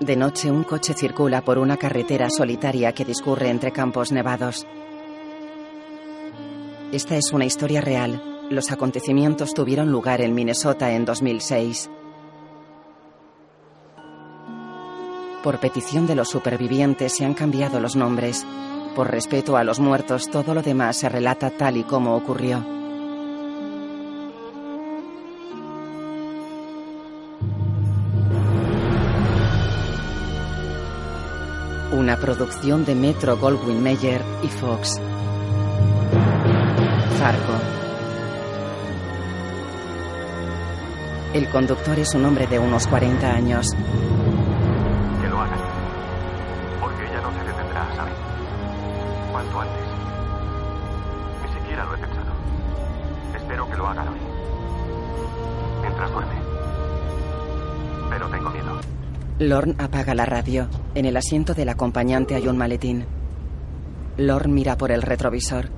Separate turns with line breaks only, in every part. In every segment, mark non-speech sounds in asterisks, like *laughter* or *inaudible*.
De noche un coche circula por una carretera solitaria que discurre entre campos nevados. Esta es una historia real. Los acontecimientos tuvieron lugar en Minnesota en 2006. Por petición de los supervivientes se han cambiado los nombres. Por respeto a los muertos, todo lo demás se relata tal y como ocurrió. Una producción de Metro Goldwyn Mayer y Fox. Fargo. El conductor es un hombre de unos 40 años.
Que lo hagan. Porque ella no se detendrá, ¿sabes? Cuanto antes. Ni siquiera lo he pensado. Espero que lo hagan hoy. Mientras duerme. Pero tengo miedo.
Lorne apaga la radio. En el asiento del acompañante hay un maletín. Lorne mira por el retrovisor.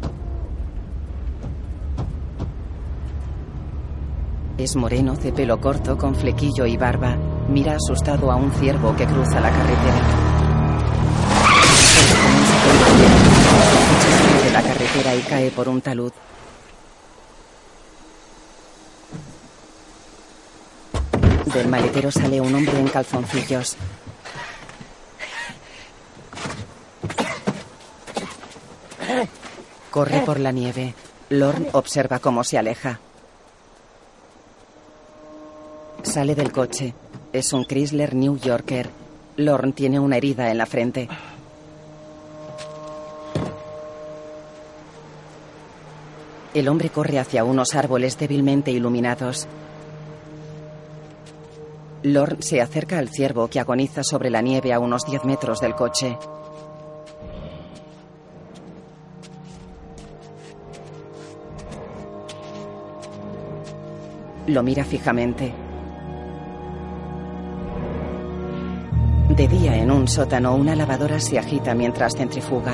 Es moreno, de pelo corto, con flequillo y barba. Mira asustado a un ciervo que cruza la carretera. Él comienza con la bandera. El coche sale de la carretera y cae por un talud. Del maletero sale un hombre en calzoncillos. Corre por la nieve. Lorne observa cómo se aleja. Sale del coche. Es un Chrysler New Yorker. Lorne tiene una herida en la frente. El hombre corre hacia unos árboles débilmente iluminados. Lorne se acerca al ciervo que agoniza sobre la nieve a unos 10 metros del coche. Lo mira fijamente. De día en un sótano una lavadora se agita mientras centrifuga.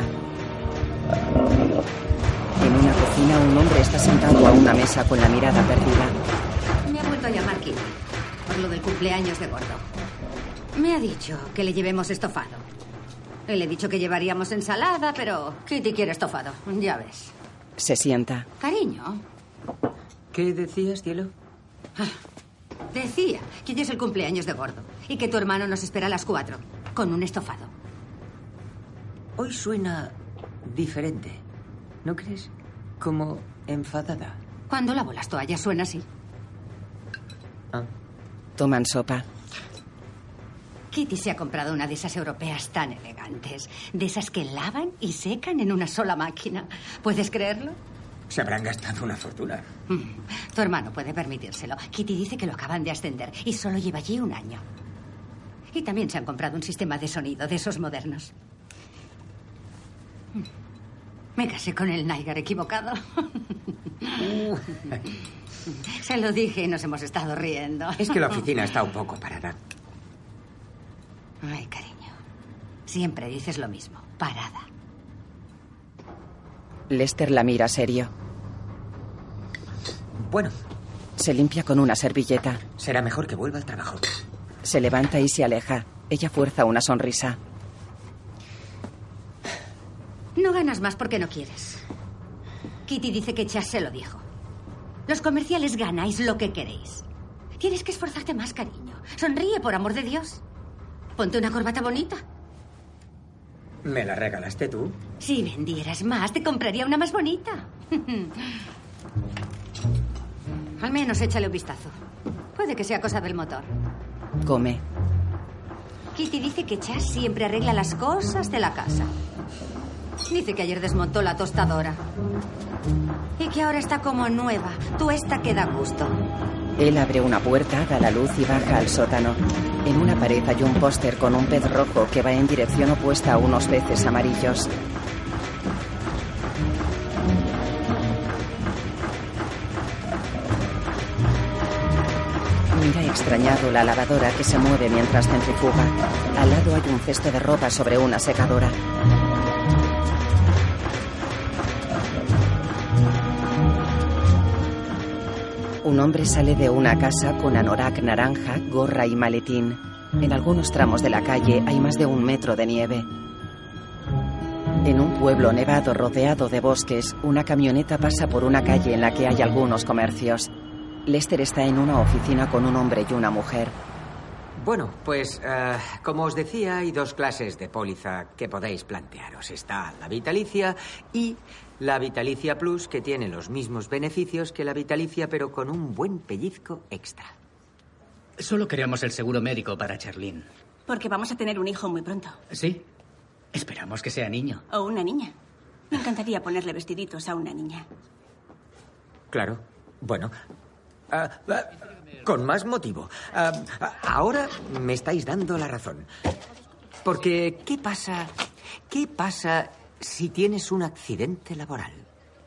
En una cocina un hombre está sentado a una mesa con la mirada perdida.
Me ha vuelto a llamar Kitty por lo del cumpleaños de gordo. Me ha dicho que le llevemos estofado. Y Le he dicho que llevaríamos ensalada, pero Kitty quiere estofado. Ya ves.
Se sienta.
Cariño,
¿Qué decías, cielo?
decía que hoy es el cumpleaños de gordo y que tu hermano nos espera a las cuatro con un estofado.
Hoy suena diferente, ¿no crees? Como enfadada.
Cuando lavo las toallas suena así.
Ah.
Toman sopa.
Kitty se ha comprado una de esas europeas tan elegantes, de esas que lavan y secan en una sola máquina. ¿Puedes creerlo?
Se habrán gastado una fortuna.
Mm, Tu hermano puede permitírselo. Kitty dice que lo acaban de ascender y solo lleva allí un año. Y también se han comprado un sistema de sonido de esos modernos. Mm. Me casé con el Niger equivocado. *laughs*
Uh,
se lo dije y nos hemos estado riendo.
Es que la oficina está un poco parada.
Ay, cariño. Siempre dices lo mismo. Parada.
Lester la mira serio.
Bueno,
Se limpia con una servilleta.
será mejor que vuelva al trabajo.
Se levanta y se aleja. Ella fuerza una sonrisa.
No ganas más porque no quieres. Kitty dice que Chas se lo dijo. Los comerciales ganáis lo que queréis. Tienes que esforzarte más, cariño. Sonríe, por amor de Dios. Ponte una corbata bonita.
¿Me la regalaste tú?
Si vendieras más, te compraría una más bonita. *laughs* Al menos échale un vistazo. Puede que sea cosa del motor.
Come.
Kitty dice que Chas siempre arregla las cosas de la casa. Dice que ayer desmontó la tostadora. Y que ahora está como nueva. Tú esta que da gusto.
Él abre una puerta, da la luz y baja al sótano. En una pared hay un póster con un pez rojo que va en dirección opuesta a unos peces amarillos. Mira extrañado la lavadora que se mueve mientras centrifuga. Al lado hay un cesto de ropa sobre una secadora. Un hombre sale de una casa con anorak naranja, gorra y maletín. En algunos tramos de la calle hay más de un metro de nieve. En un pueblo nevado rodeado de bosques, una camioneta pasa por una calle en la que hay algunos comercios. Lester está en una oficina con un hombre y una mujer.
Bueno, pues eh, como os decía, hay dos clases de póliza que podéis plantearos. Está la vitalicia y la vitalicia plus, que tiene los mismos beneficios que la vitalicia, pero con un buen pellizco extra.
Solo queremos el seguro médico para Charlene.
Porque vamos a tener un hijo muy pronto.
¿Sí? Esperamos que sea niño.
O una niña. Me encantaría ponerle vestiditos a una niña.
Claro. Bueno. Ah, ah, con más motivo. Ah, ahora me estáis dando la razón.
Porque, ¿qué pasa? ¿Qué pasa si tienes un accidente laboral?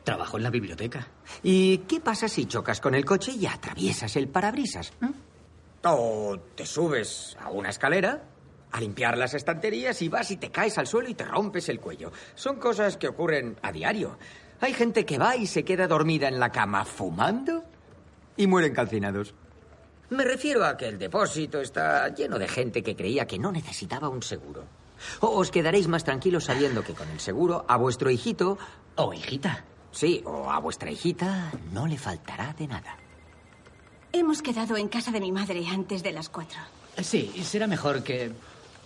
Trabajo en la biblioteca.
¿Y qué pasa si chocas con el coche y atraviesas el parabrisas? ¿Mm?
O te subes a una escalera a limpiar las estanterías y vas y te caes al suelo y te rompes el cuello. Son cosas que ocurren a diario.
Hay gente que va y se queda dormida en la cama fumando y mueren calcinados.
Me refiero a que el depósito está lleno de gente que creía que no necesitaba un seguro.
O os quedaréis más tranquilos sabiendo que con el seguro a vuestro hijito
o hijita.
Sí, o a vuestra hijita no le faltará de nada.
Hemos quedado en casa de mi madre antes de las cuatro.
Sí, será mejor que...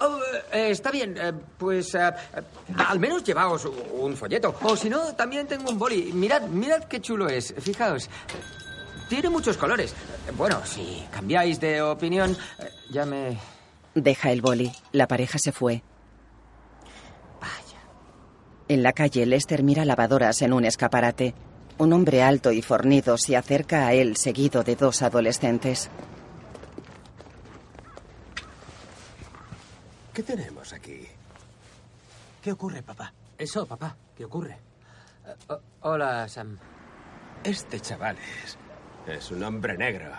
Oh, eh, está bien, eh, pues eh, al menos llevaos un folleto. O si no, también tengo un boli. Mirad, mirad qué chulo es. Fijaos. Tiene muchos colores. Bueno, si cambiáis de opinión, eh, ya me...
Deja el boli. La pareja se fue.
Vaya.
En la calle, Lester mira lavadoras en un escaparate. Un hombre alto y fornido se acerca a él seguido de dos adolescentes.
¿Qué tenemos aquí? ¿Qué ocurre, papá?
Eso, papá, ¿qué ocurre?
Eh, oh,
O hola, Sam.
Este chaval es... es un hombre negro.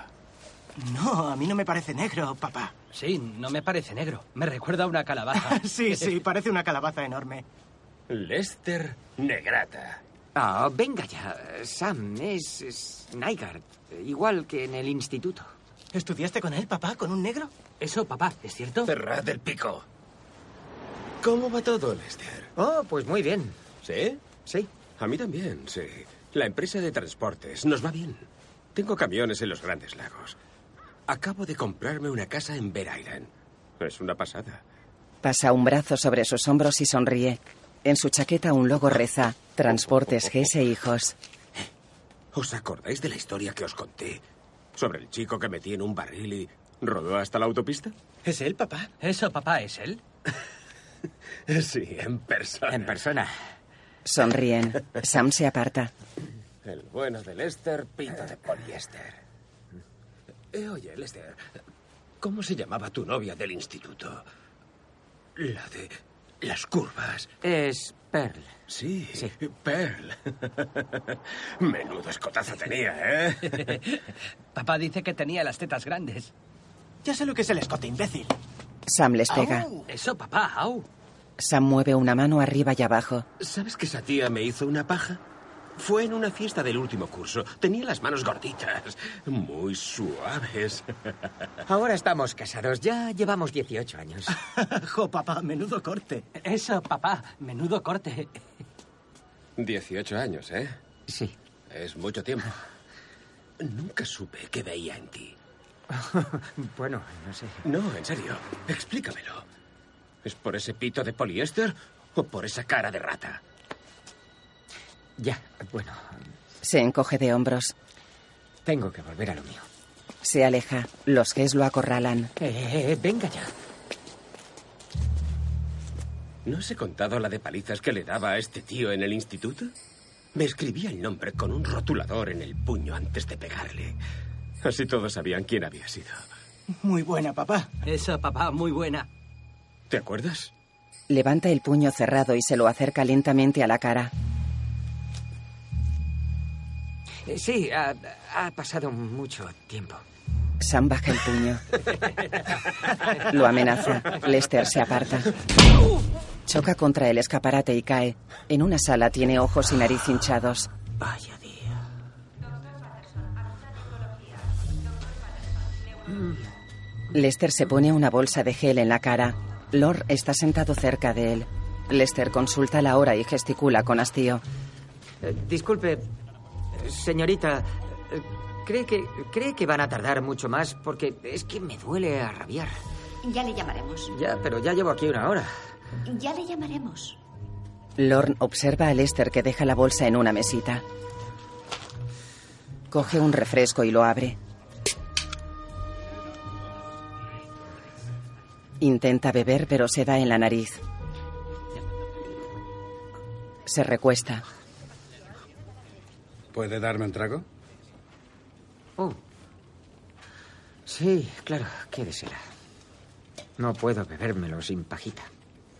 No, a mí no me parece negro, papá.
Sí, no me parece negro. Me recuerda a una calabaza.
*laughs* sí, sí, parece una calabaza enorme.
Lester Negrata.
Ah, oh, venga ya. Sam es, es Nygaard, igual que en el instituto.
¿Estudiaste con él, papá? ¿Con un negro?
Eso, papá, ¿es cierto?
Cerrad el pico. ¿Cómo va todo, Lester?
Oh, pues muy bien.
¿Sí?
Sí.
A mí también, sí. La empresa de transportes nos va bien. Tengo camiones en los grandes lagos. Acabo de comprarme una casa en Bear Island. Es una pasada.
Pasa un brazo sobre sus hombros y sonríe. En su chaqueta un logo reza: Transportes GS Hijos.
¿Os acordáis de la historia que os conté sobre el chico que metí en un barril y rodó hasta la autopista?
¿Es él, papá? ¿Eso, papá, es él?
*laughs* sí, en persona.
En persona.
Sonríen. Sam se aparta.
El bueno de Lester, pito de poliéster. Eh, oye, Lester, ¿cómo se llamaba tu novia del instituto? La de las curvas.
Es Pearl.
Sí, sí. Pearl. *laughs* Menudo escotazo tenía, ¿eh?
*laughs* Papá dice que tenía las tetas grandes.
Ya sé lo que es el escote, imbécil.
Sam les pega.
Au, eso, papá, au.
Sam mueve una mano arriba y abajo.
¿Sabes que esa tía me hizo una paja? Fue en una fiesta del último curso. Tenía las manos gorditas, muy suaves.
Ahora estamos casados, ya llevamos 18 años.
*laughs* jo, papá, menudo corte.
Eso, papá, menudo
*laughs*
corte.
18 años, ¿eh?
Sí.
Es mucho tiempo. Nunca supe qué veía en ti.
*laughs* bueno, no sé.
No, en serio, explícamelo. ¿Es por ese pito de poliéster o por esa cara de rata?
Ya, bueno.
Se encoge de hombros.
Tengo que volver a lo mío.
Se aleja. Los Gs lo acorralan.
Eh, eh, eh, venga ya.
¿No os he contado la de palizas que le daba a este tío en el instituto? Me escribía el nombre con un rotulador en el puño antes de pegarle. Así todos sabían quién había sido.
Muy buena, papá.
Eso, papá, muy buena.
¿Te acuerdas?
Levanta el puño cerrado y se lo acerca lentamente a la cara.
eh, Sí, ha, ha, pasado mucho tiempo.
Sam baja el puño. *laughs* Lo amenaza. Lester se aparta. Choca contra el escaparate y cae. En una sala tiene ojos y nariz hinchados.
Vaya día.
Lester se pone una bolsa de gel en la cara. Lord está sentado cerca de él. Lester consulta la hora y gesticula con hastío.
Eh, disculpe, señorita, eh, ¿cree que, ¿cree que van a tardar mucho más? Porque es que me duele a rabiar.
Ya le llamaremos.
Ya, pero ya llevo aquí una hora.
Ya le llamaremos.
Lorne observa a Lester que deja la bolsa en una mesita. Coge un refresco y lo abre. Intenta beber, pero se da en la nariz. Se recuesta.
¿Puede darme un trago?
Oh. Sí, claro, quédesela. No puedo bebérmelo sin pajita.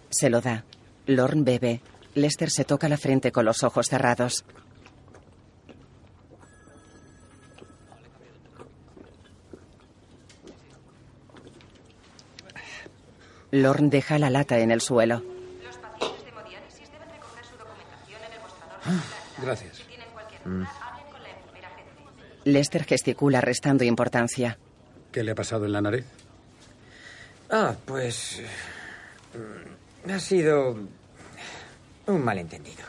Se lo da. Lorne bebe. Lester se toca la frente con los ojos cerrados. Lorne deja la lata en el suelo.
Los pacientes de hemodiálisis deben recoger su documentación en el mostrador. Ah,
gracias.
Si tienen cualquier duda, hablen con la enfermera gerente.
Lester gesticula restando importancia.
¿Qué le ha pasado en la nariz?
Ah, pues... eh, Ha sido un malentendido.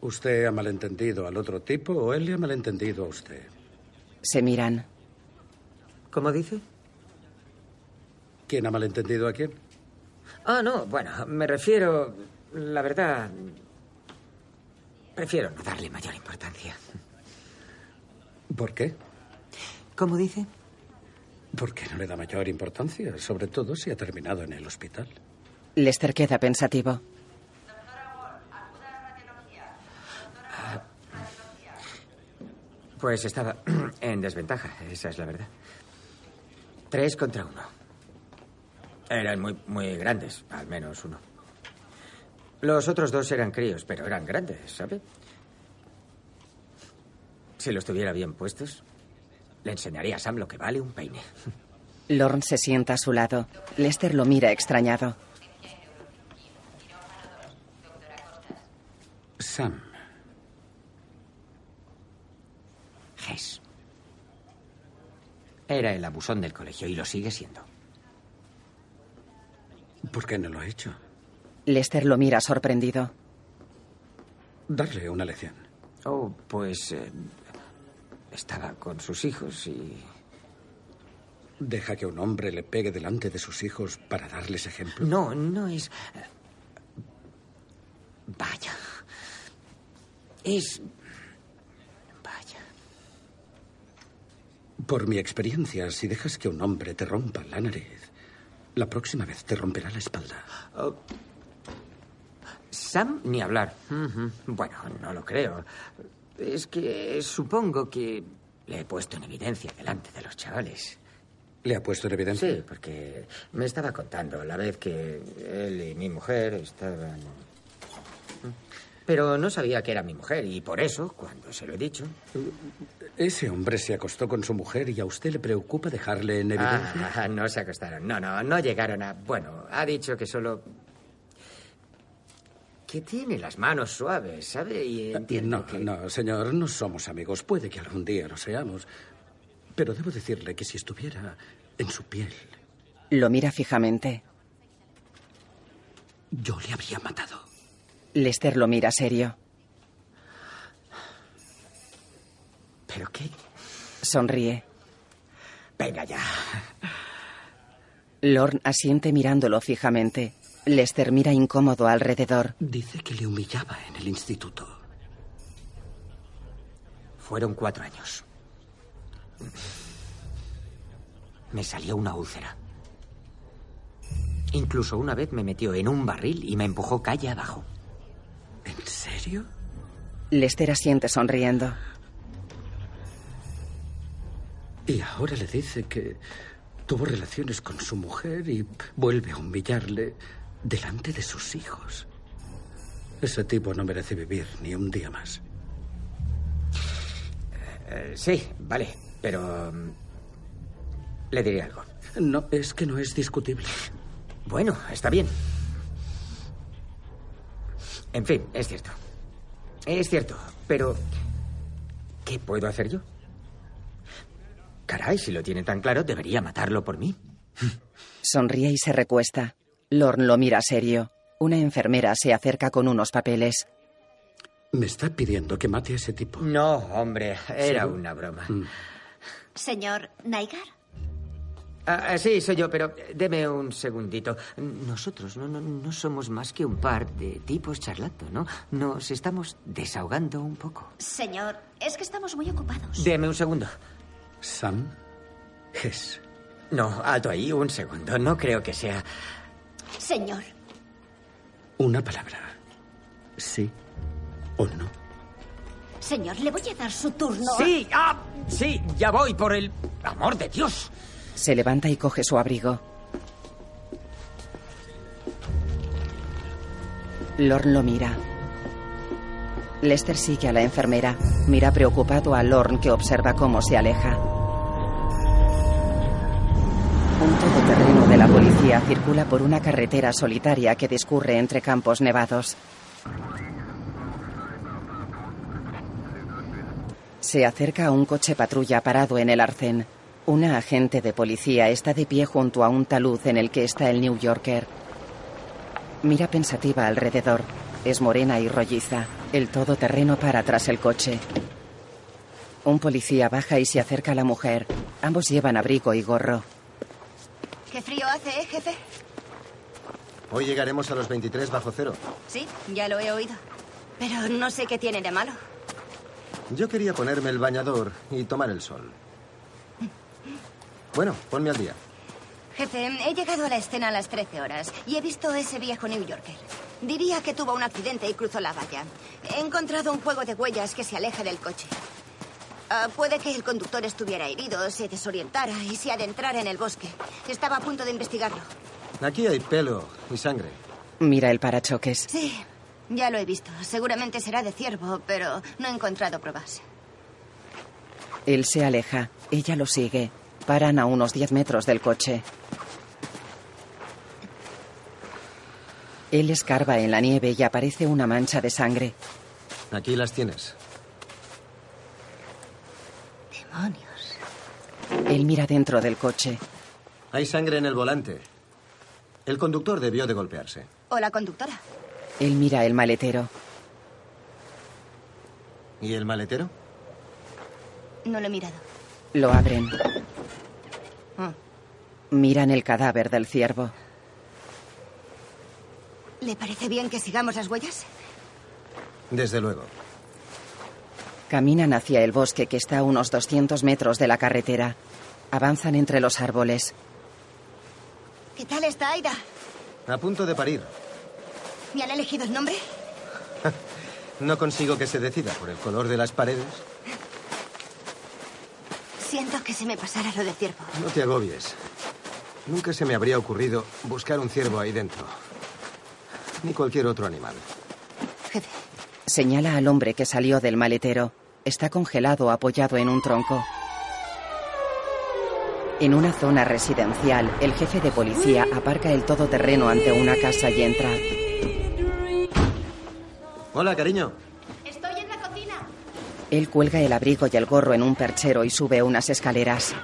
¿Usted ha malentendido al otro tipo o él le ha malentendido a usted?
Se miran.
¿Cómo dice?
¿Quién ha malentendido a quién?
Ah, no, bueno, me refiero, la verdad, prefiero no darle mayor importancia.
¿Por qué?
¿Cómo dice?
¿Por qué no le da mayor importancia? Sobre todo si ha terminado en el hospital.
Lester queda pensativo.
Pues estaba *clears throat* en desventaja, esa es la verdad. Tres contra uno. Eran muy, muy grandes, al menos uno. Los otros dos eran críos, pero eran grandes, ¿sabe? Si los tuviera bien puestos, le enseñaría a Sam lo que vale un peine.
Lorne se sienta a su lado. Lester lo mira extrañado.
Sam.
Ges. Era el abusón del colegio y lo sigue siendo.
¿Por qué no lo ha hecho?
Lester lo mira sorprendido.
Darle una lección.
Oh, pues... Eh... Estaba con sus hijos y...
¿Deja que un hombre le pegue delante de sus hijos para darles ejemplo?
No, no es... Vaya. Es... Vaya.
Por mi experiencia, si dejas que un hombre te rompa la nariz, la próxima vez te romperá la espalda.
Oh. Sam, ni hablar. Uh -huh. Bueno, no lo creo. Es que supongo que le he puesto en evidencia delante de los chavales.
¿Le ha puesto en evidencia?
Sí, porque me estaba contando la vez que él y mi mujer estaban... ¿Mm? Pero no sabía que era mi mujer y por eso, cuando se lo he dicho...
Ese hombre se acostó con su mujer y a usted le preocupa dejarle en evidencia.
Ah, no se acostaron. No, no, no llegaron a... Bueno, ha dicho que solo que tiene las manos suaves, ¿sabe? Y entiendo
no,
que...
no, señor, no somos amigos. Puede que algún día lo seamos. Pero debo decirle que si estuviera en su piel...
Lo mira fijamente.
Yo le habría matado.
Lester lo mira serio.
¿Pero qué?
Sonríe.
Venga ya.
Lorne asiente mirándolo fijamente. Lester mira incómodo alrededor.
Dice que le humillaba en el instituto.
Fueron cuatro años. Me salió una úlcera. Incluso una vez me metió en un barril y me empujó calle abajo.
¿En serio?
Lester asiente sonriendo.
Y ahora le dice que tuvo relaciones con su mujer y vuelve a humillarle delante de sus hijos. Ese tipo no merece vivir ni un día más.
Eh, sí, vale, pero... Um, le diré algo.
No, es que no es discutible.
Bueno, está bien. En fin, es cierto. Es cierto, pero... ¿Qué puedo hacer yo?
Caray, si lo tiene tan claro, debería matarlo por mí.
Sonríe y se recuesta. Lorne lo mira serio. Una enfermera se acerca con unos papeles.
Me está pidiendo que mate a ese tipo. Mm.
No, hombre, era una broma.
Señor Naigar.
Ah, sí, soy yo, pero deme un segundito. Nosotros no, no, no somos más que un par de tipos charlando, ¿no? Nos estamos desahogando un poco.
Señor, es que estamos muy ocupados.
Deme un segundo.
Sam Hess.
No, alto ahí, un segundo. No creo que sea.
Señor.
Una palabra. Sí o no.
Señor, le voy a dar su turno.
Sí, ah, sí, ya voy por el amor de Dios.
Se levanta y coge su abrigo. Lorne lo mira. Lester sigue a la enfermera. Mira preocupado a Lorne que observa cómo se aleja. Un todoterreno de la policía circula por una carretera solitaria que discurre entre campos nevados. Se acerca a un coche patrulla parado en el arcén. Una agente de policía está de pie junto a un talud en el que está el New Yorker. Mira pensativa alrededor. Es morena y rolliza. El todoterreno para tras el coche. Un policía baja y se acerca a la mujer. Ambos llevan abrigo y gorro.
¿Qué frío hace, eh, jefe?
Hoy llegaremos a los 23 bajo cero.
Sí, ya lo he oído. Pero no sé qué tiene de malo.
Yo quería ponerme el bañador y tomar el sol. Bueno, ponme al día.
Jefe, he llegado a la escena a las 13 horas y he visto ese viejo New Yorker. Diría que tuvo un accidente y cruzó la valla. He encontrado un juego de huellas que se aleja del coche. Ah, puede que el conductor estuviera herido, se desorientara y se adentrara en el bosque. Estaba a punto de investigarlo.
Aquí hay pelo y sangre.
Mira el parachoques.
Sí, ya lo he visto. Seguramente será de ciervo, pero no he encontrado pruebas.
Él se aleja. Ella lo sigue. Paran a unos 10 metros del coche. Él escarba en la nieve y aparece una mancha de sangre.
Aquí las tienes.
Demonios.
Él mira dentro del coche.
Hay sangre en el volante. El conductor debió de golpearse.
¿O la conductora?
Él mira el maletero.
¿Y el maletero?
No lo he mirado.
Lo abren. Miran el cadáver del ciervo.
¿Le parece bien que sigamos las huellas?
Desde luego.
Caminan hacia el bosque que está a unos 200 metros de la carretera. Avanzan entre los árboles.
¿Qué tal está Aida?
A punto de parir.
¿Me han elegido el nombre?
no consigo que se decida por el color de las paredes.
Siento que se me pasara lo de ciervo.
No te agobies. Nunca se me habría ocurrido buscar un ciervo ahí dentro. Ni cualquier otro animal.
Jefe.
Señala al hombre que salió del maletero. Está congelado apoyado en un tronco. En una zona residencial, el jefe de policía aparca el todoterreno ante una casa y entra.
Hola, cariño.
Él cuelga el abrigo y el gorro en un perchero y sube unas escaleras.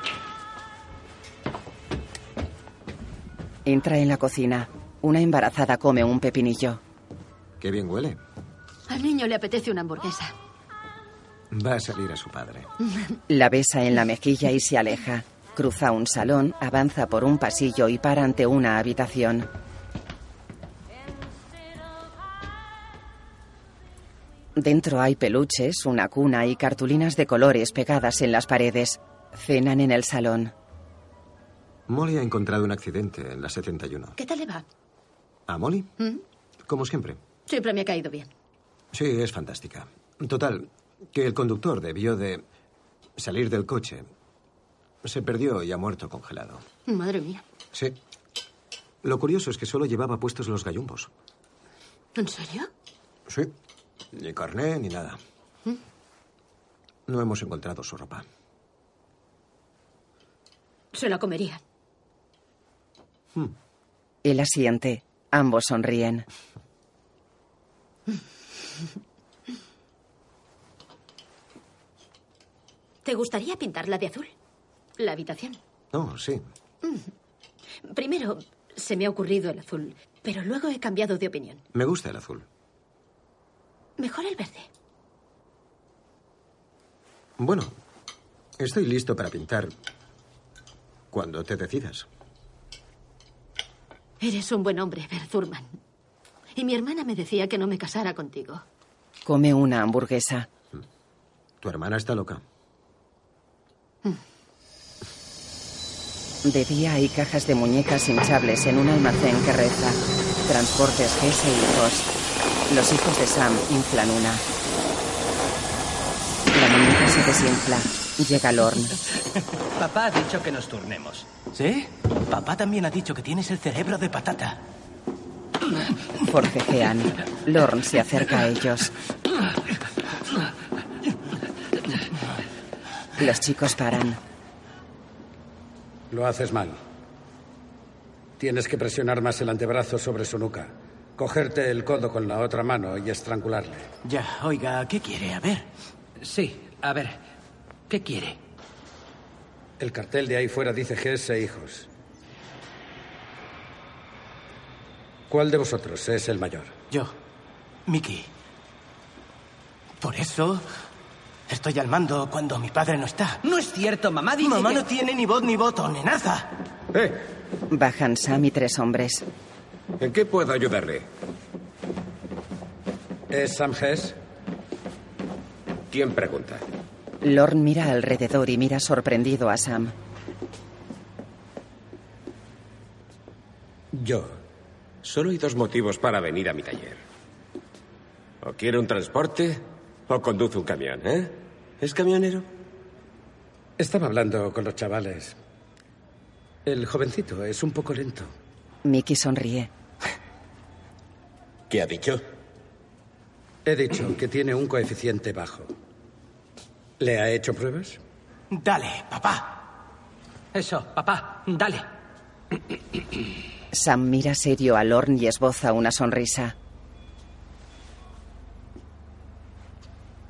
Entra en la cocina. Una embarazada come un pepinillo.
Qué bien huele.
Al niño le apetece una hamburguesa.
Va a salir a su padre.
La besa en la mejilla y se aleja. Cruza un salón, avanza por un pasillo y para ante una habitación. Dentro hay peluches, una cuna y cartulinas de colores pegadas en las paredes. Cenan en el salón.
Molly ha encontrado un accidente en la 71.
¿Qué tal le va?
¿A Molly?
¿Mm?
Como siempre.
Siempre me ha caído bien.
Sí, es fantástica. Total, que el conductor debió de salir del coche. Se perdió y ha muerto congelado.
Madre mía.
Sí. Lo curioso es que solo llevaba puestos los gallumbos.
¿En serio?
Sí. Ni carné ni nada. No hemos encontrado su ropa.
Se la comería.
Hmm. Él asiente. Ambos sonríen.
¿Te gustaría pintarla de azul? La habitación.
Oh, sí.
Mm. Primero se me ha ocurrido el azul, pero luego he cambiado de opinión.
Me gusta el azul.
Mejor el verde.
Bueno, estoy listo para pintar cuando te decidas.
Eres un buen hombre, Berzurman. Y mi hermana me decía que no me casara contigo.
Come una hamburguesa.
Tu hermana está loca.
De día hay cajas de muñecas hinchables en un almacén que reza. Transportes G e hijos. Los hijos de Sam inflan una. La muñeca se desinfla. Llega Lorne.
Papá ha dicho que nos turnemos.
¿Sí? Papá también ha dicho que tienes el cerebro de
*clears throat*
patata.
Forcejean. Lorne se acerca a ellos. Los chicos paran.
Lo haces mal. Tienes que presionar más el antebrazo sobre su nuca, cogerte el codo con la otra mano y estrangularle.
Ya, oiga, ¿qué quiere? A ver.
Sí, a ver. ¿Qué quiere?
El cartel de ahí fuera dice GS Hijos. ¿Cuál de vosotros es el mayor?
Yo. Mickey. Por eso estoy al mando cuando mi padre no está.
No es cierto, mamá dice
Mamá
que-
no tiene ni voz ni voto, nenaza.
Bajan Sam y tres hombres.
¿En qué puedo ayudarle? ¿Es Sam Hess? ¿Quién pregunta?
Lorne mira alrededor y mira sorprendido a Sam.
Yo. Solo hay dos motivos para venir a mi taller. O quiere un transporte o conduce un camión, ¿eh? ¿Es camionero?
Estaba hablando con los chavales. El jovencito es un poco lento. *clears throat*
Mickey sonríe.
¿Qué ha dicho? He dicho que tiene un coeficiente bajo. ¿Le ha hecho pruebas?
Dale, papá.
Eso, papá, dale.
Sam mira serio a Lorne y esboza una sonrisa.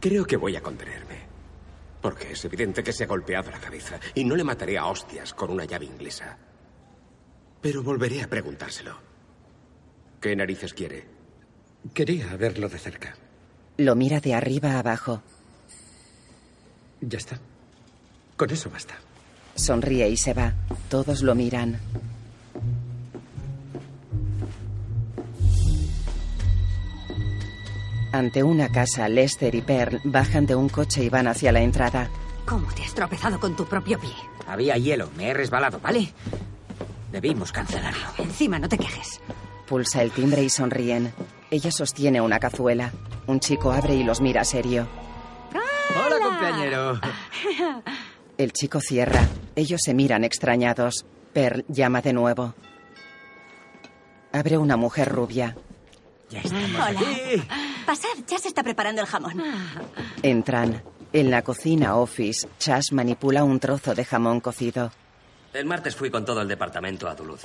Creo que voy a contenerme. Porque es evidente que se ha golpeado la cabeza y no le mataré a hostias con una llave inglesa. Pero volveré a preguntárselo. ¿Qué narices quiere?
Quería verlo de cerca.
Lo mira de arriba a abajo.
Ya está. Con eso basta.
Sonríe y se va. Todos lo miran. Ante una casa, Lester y Pearl bajan de un coche y van hacia la entrada.
¿Cómo te has tropezado con tu propio pie?
Había hielo, me he resbalado, ¿vale? Debimos cancelarlo.
Encima, no te quejes.
Pulsa el timbre y sonríen. Ella sostiene una cazuela. Un chico abre y los mira serio.
Hola,
*laughs*
compañero.
El chico cierra. Ellos se miran extrañados. Pearl llama de nuevo. Abre una mujer rubia.
Hola. Pasad, ya se está preparando el jamón.
Entran. En la cocina office, Chas manipula un trozo de jamón cocido.
El martes fui con todo el departamento a Duluth.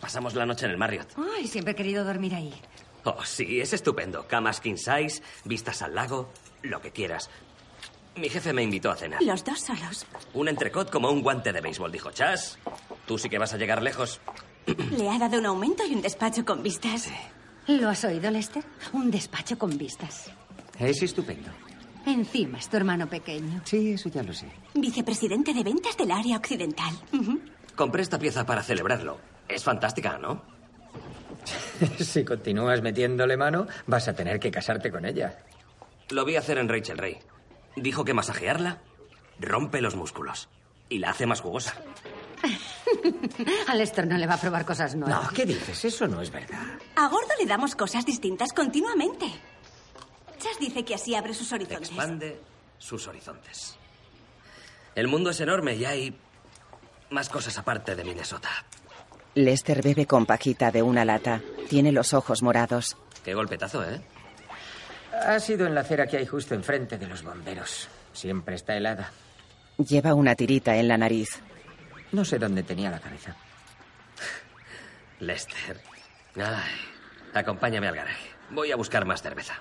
Pasamos la noche en el Marriott.
Ay, siempre he querido dormir ahí.
Oh, sí, es estupendo. Camas king size, vistas al lago, lo que quieras. Mi jefe me invitó a cenar.
Los dos solos.
Un entrecot como un guante de béisbol, dijo Chas. Tú sí que vas a llegar lejos.
*clears throat* Le ha dado un aumento y un despacho con vistas.
¿Lo has oído, Lester? Un despacho con vistas.
Es estupendo.
Encima es tu hermano pequeño.
Sí, eso ya lo sé.
Vicepresidente de ventas del área occidental.
Compré esta pieza para celebrarlo. Es fantástica,
*laughs*
¿no?
Si continúas metiéndole mano, vas a tener que casarte con ella.
Lo vi hacer en Rachel Ray. Dijo que masajearla rompe los músculos y la hace más jugosa.
*laughs* A Lester no le va a probar cosas nuevas.
¿Qué dices? Eso no es verdad.
A Gordo le damos cosas distintas continuamente. Chas dice que así abre sus horizontes.
Expande sus horizontes. El mundo es enorme y hay más cosas aparte de Minnesota.
Lester bebe con pajita de una lata. Tiene los ojos morados.
Qué golpetazo, ¿eh?
Ha sido en la acera que hay justo enfrente de los bomberos. Siempre está helada.
Lleva una tirita en la nariz.
No sé dónde tenía la cabeza.
*laughs* Lester. Ay, acompáñame al garaje. Voy a buscar más cerveza.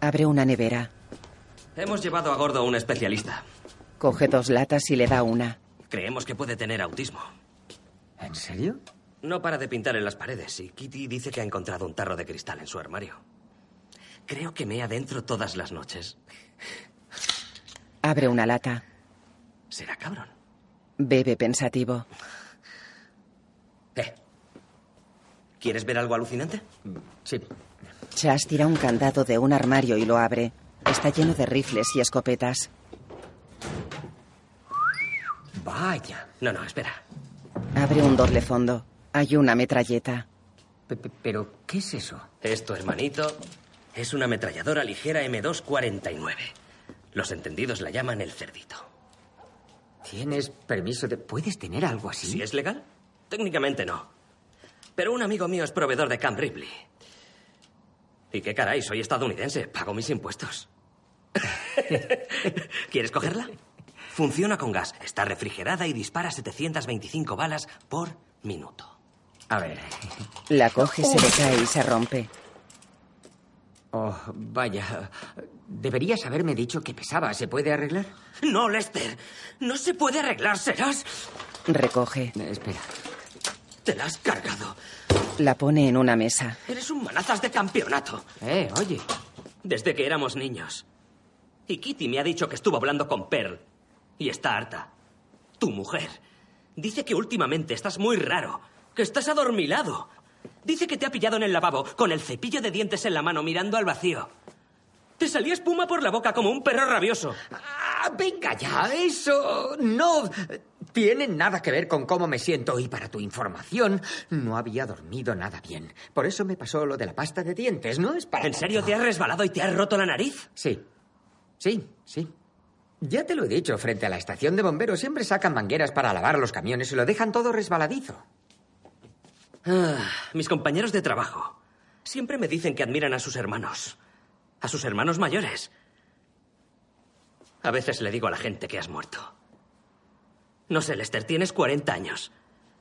Abre una nevera.
Hemos llevado a Gordo a un especialista.
Coge dos latas y le da una.
Creemos que puede tener autismo.
¿En serio?
No para de pintar en las paredes y Kitty dice que ha encontrado un tarro de cristal en su armario. Creo que mea dentro todas las noches.
Abre una lata.
Será cabrón.
Bebe pensativo.
Eh. ¿Quieres ver algo alucinante?
Sí.
Chas tira un candado de un armario y lo abre. Está lleno de rifles y escopetas.
Vaya.
No, no, espera.
Abre un doble fondo. Hay una metralleta.
Pe- pe- ¿Pero qué es eso?
Esto, hermanito, es una ametralladora ligera M249. Los entendidos la llaman el cerdito.
¿Tienes permiso de... ¿Puedes tener algo así?
¿Si es legal? Técnicamente no. Pero un amigo mío es proveedor de Camp Ripley. ¿Y qué caray? Soy estadounidense. Pago mis impuestos. *laughs* ¿Quieres cogerla? Funciona con gas. Está refrigerada y dispara 725 balas por minuto.
A ver.
La coge, se le cae y se rompe.
Oh, vaya. Deberías haberme dicho que pesaba. ¿Se puede arreglar?
No, Lester. No se puede arreglar. Serás.
Recoge.
Eh, espera.
Te la has cargado.
La pone en una mesa.
Eres un manazas de campeonato.
Eh, oye.
Desde que éramos niños. Y Kitty me ha dicho que estuvo hablando con Pearl. Y está harta. Tu mujer. Dice que últimamente estás muy raro. Que estás adormilado. Dice que te ha pillado en el lavabo con el cepillo de dientes en la mano mirando al vacío. Te salía espuma por la boca como un perro rabioso.
Ah, venga ya, eso no tiene nada que ver con cómo me siento. Y para tu información, no había dormido nada bien. Por eso me pasó lo de la pasta de dientes, ¿no? Es para.
¿En serio te has resbalado y te has roto la nariz?
Sí. Sí, sí. Ya te lo he dicho, frente a la estación de bomberos siempre sacan mangueras para lavar los camiones y lo dejan todo resbaladizo.
Ah, mis compañeros de trabajo siempre me dicen que admiran a sus hermanos, a sus hermanos mayores. A veces le digo a la gente que has muerto. No sé, Lester, tienes 40 años.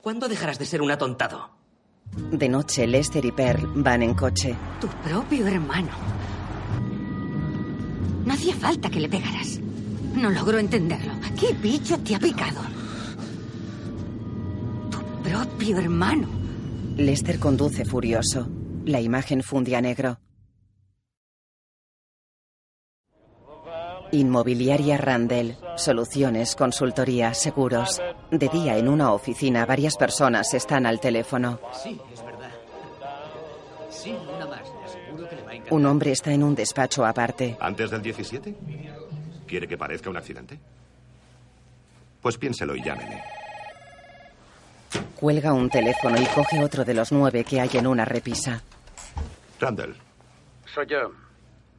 ¿Cuándo dejarás de ser un atontado?
De noche, Lester y Pearl van en coche.
Tu propio hermano. No hacía falta que le pegaras. No logro entenderlo. ¿Qué bicho te ha picado? Tu propio hermano.
Lester conduce furioso. La imagen fundía negro. Inmobiliaria Randall. Soluciones, consultoría, seguros. De día en una oficina varias personas están al teléfono.
Sí, es verdad. Sí, una más. Le aseguro que le va a encantar.
Un hombre está en un despacho aparte.
¿Antes del 17? ¿Quiere que parezca un accidente? Pues piénselo y llámeme.
Cuelga un teléfono y coge otro de los nueve que hay en una repisa.
Randall,
Soy yo.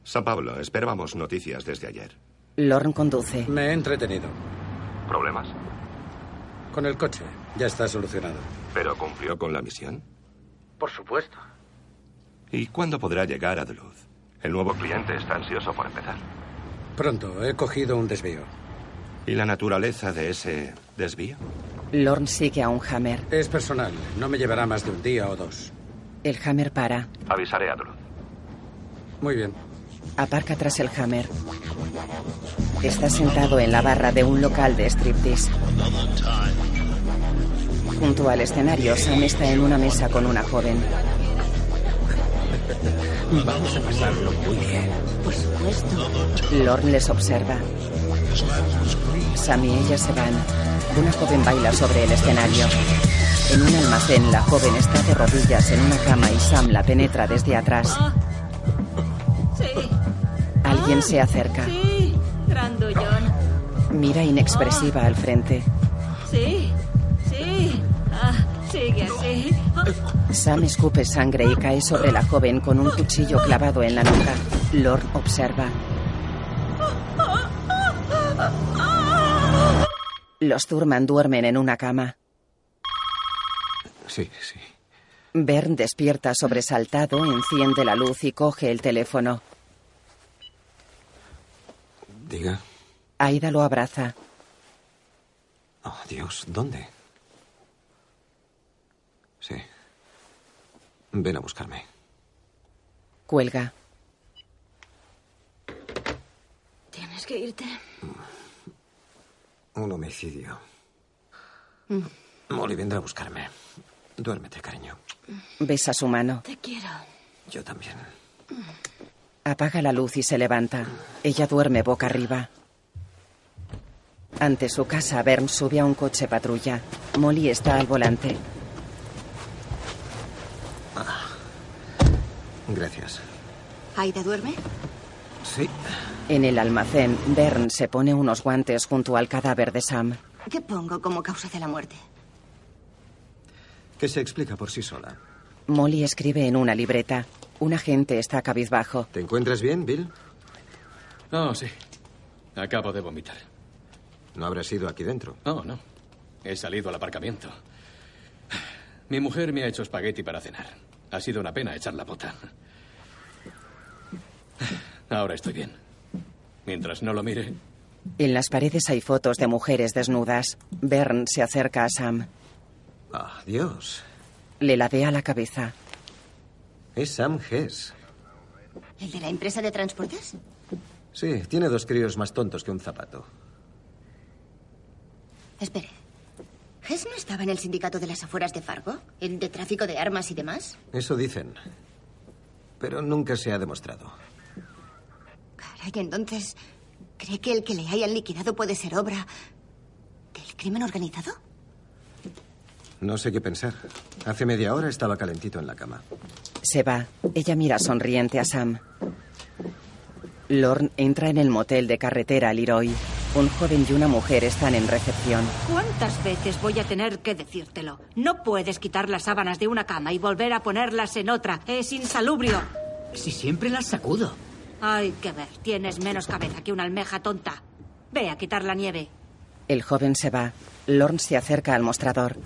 San Pablo, esperábamos noticias desde ayer.
Lorne conduce.
Me he entretenido.
¿Problemas?
Con el coche. Ya está solucionado.
¿Pero cumplió con la misión?
Por supuesto.
¿Y cuándo podrá llegar a Duluth? El nuevo cliente está ansioso por empezar.
Pronto, he cogido un desvío.
¿Y la naturaleza de ese desvío?
Lorne sigue a un hammer.
Es personal. No me llevará más de un día o dos.
El hammer para.
Avisaré a Duluth.
Muy bien.
Aparca tras el hammer. Está sentado en la barra de un local de striptease. Junto al escenario, Sam está en una mesa con una joven.
Vamos a pasarlo muy bien.
Por supuesto.
Lorne les observa. Sam y ella se van. Una joven baila sobre el escenario. En un almacén, la joven está de rodillas en una cama y Sam la penetra desde atrás.
Sí. Ah,
Alguien se acerca.
Sí, grandullón.
Mira inexpresiva al frente.
Sí, sí. Ah, sigue así. Ah,
Sam escupe sangre y cae sobre la joven con un cuchillo clavado en la nuca. Lord observa. Los Thurman duermen en una cama.
Sí, sí.
Bern despierta sobresaltado, enciende la luz y coge el teléfono.
Diga.
Aida lo abraza.
Oh, Dios, ¿dónde? Sí. Ven a buscarme.
Cuelga.
Tienes que irte.
Un homicidio. Mm. Molly vendrá a buscarme. Duérmete, cariño.
Besa su mano.
Te quiero.
Yo también.
Apaga la luz y se levanta. Ella duerme boca arriba. Ante su casa, Bern sube a un coche patrulla. Molly está al volante.
Ah. Gracias.
¿Aida duerme?
Sí.
En el almacén, Bern se pone unos guantes junto al cadáver de Sam.
¿Qué pongo como causa de la muerte?
Que se explica por sí sola.
Molly escribe en una libreta. Un agente está cabizbajo.
¿Te encuentras bien, Bill?
Oh, sí. Acabo de vomitar.
¿No habrás ido aquí dentro?
Oh, no. He salido al aparcamiento. Mi mujer me ha hecho espagueti para cenar. Ha sido una pena echar la bota. Ahora estoy bien. Mientras no lo mire.
En las paredes hay fotos de mujeres desnudas. Bern se acerca a Sam.
Ah, oh, Dios.
Le ladea la cabeza.
Es Sam Hess.
¿El de la empresa de transportes?
Sí, tiene dos críos más tontos que un zapato.
Espere. ¿Hess no estaba en el sindicato de las afueras de Fargo? ¿El de tráfico de armas y demás?
Eso dicen. Pero nunca se ha demostrado.
Caray, entonces, ¿cree que el que le hayan liquidado puede ser obra del crimen organizado?
No sé qué pensar. Hace media hora estaba calentito en la cama.
Se va. Ella mira sonriente a Sam. Lorne entra en el motel de carretera Leroy. Un joven y una mujer están en recepción.
¿Cuántas veces voy a tener que decírtelo? No puedes quitar las sábanas de una cama y volver a ponerlas en otra. Es insalubrio.
Si siempre las sacudo.
Hay que ver. Tienes menos cabeza que una almeja tonta. Ve a quitar la nieve.
El joven se va. Lorne se acerca al mostrador.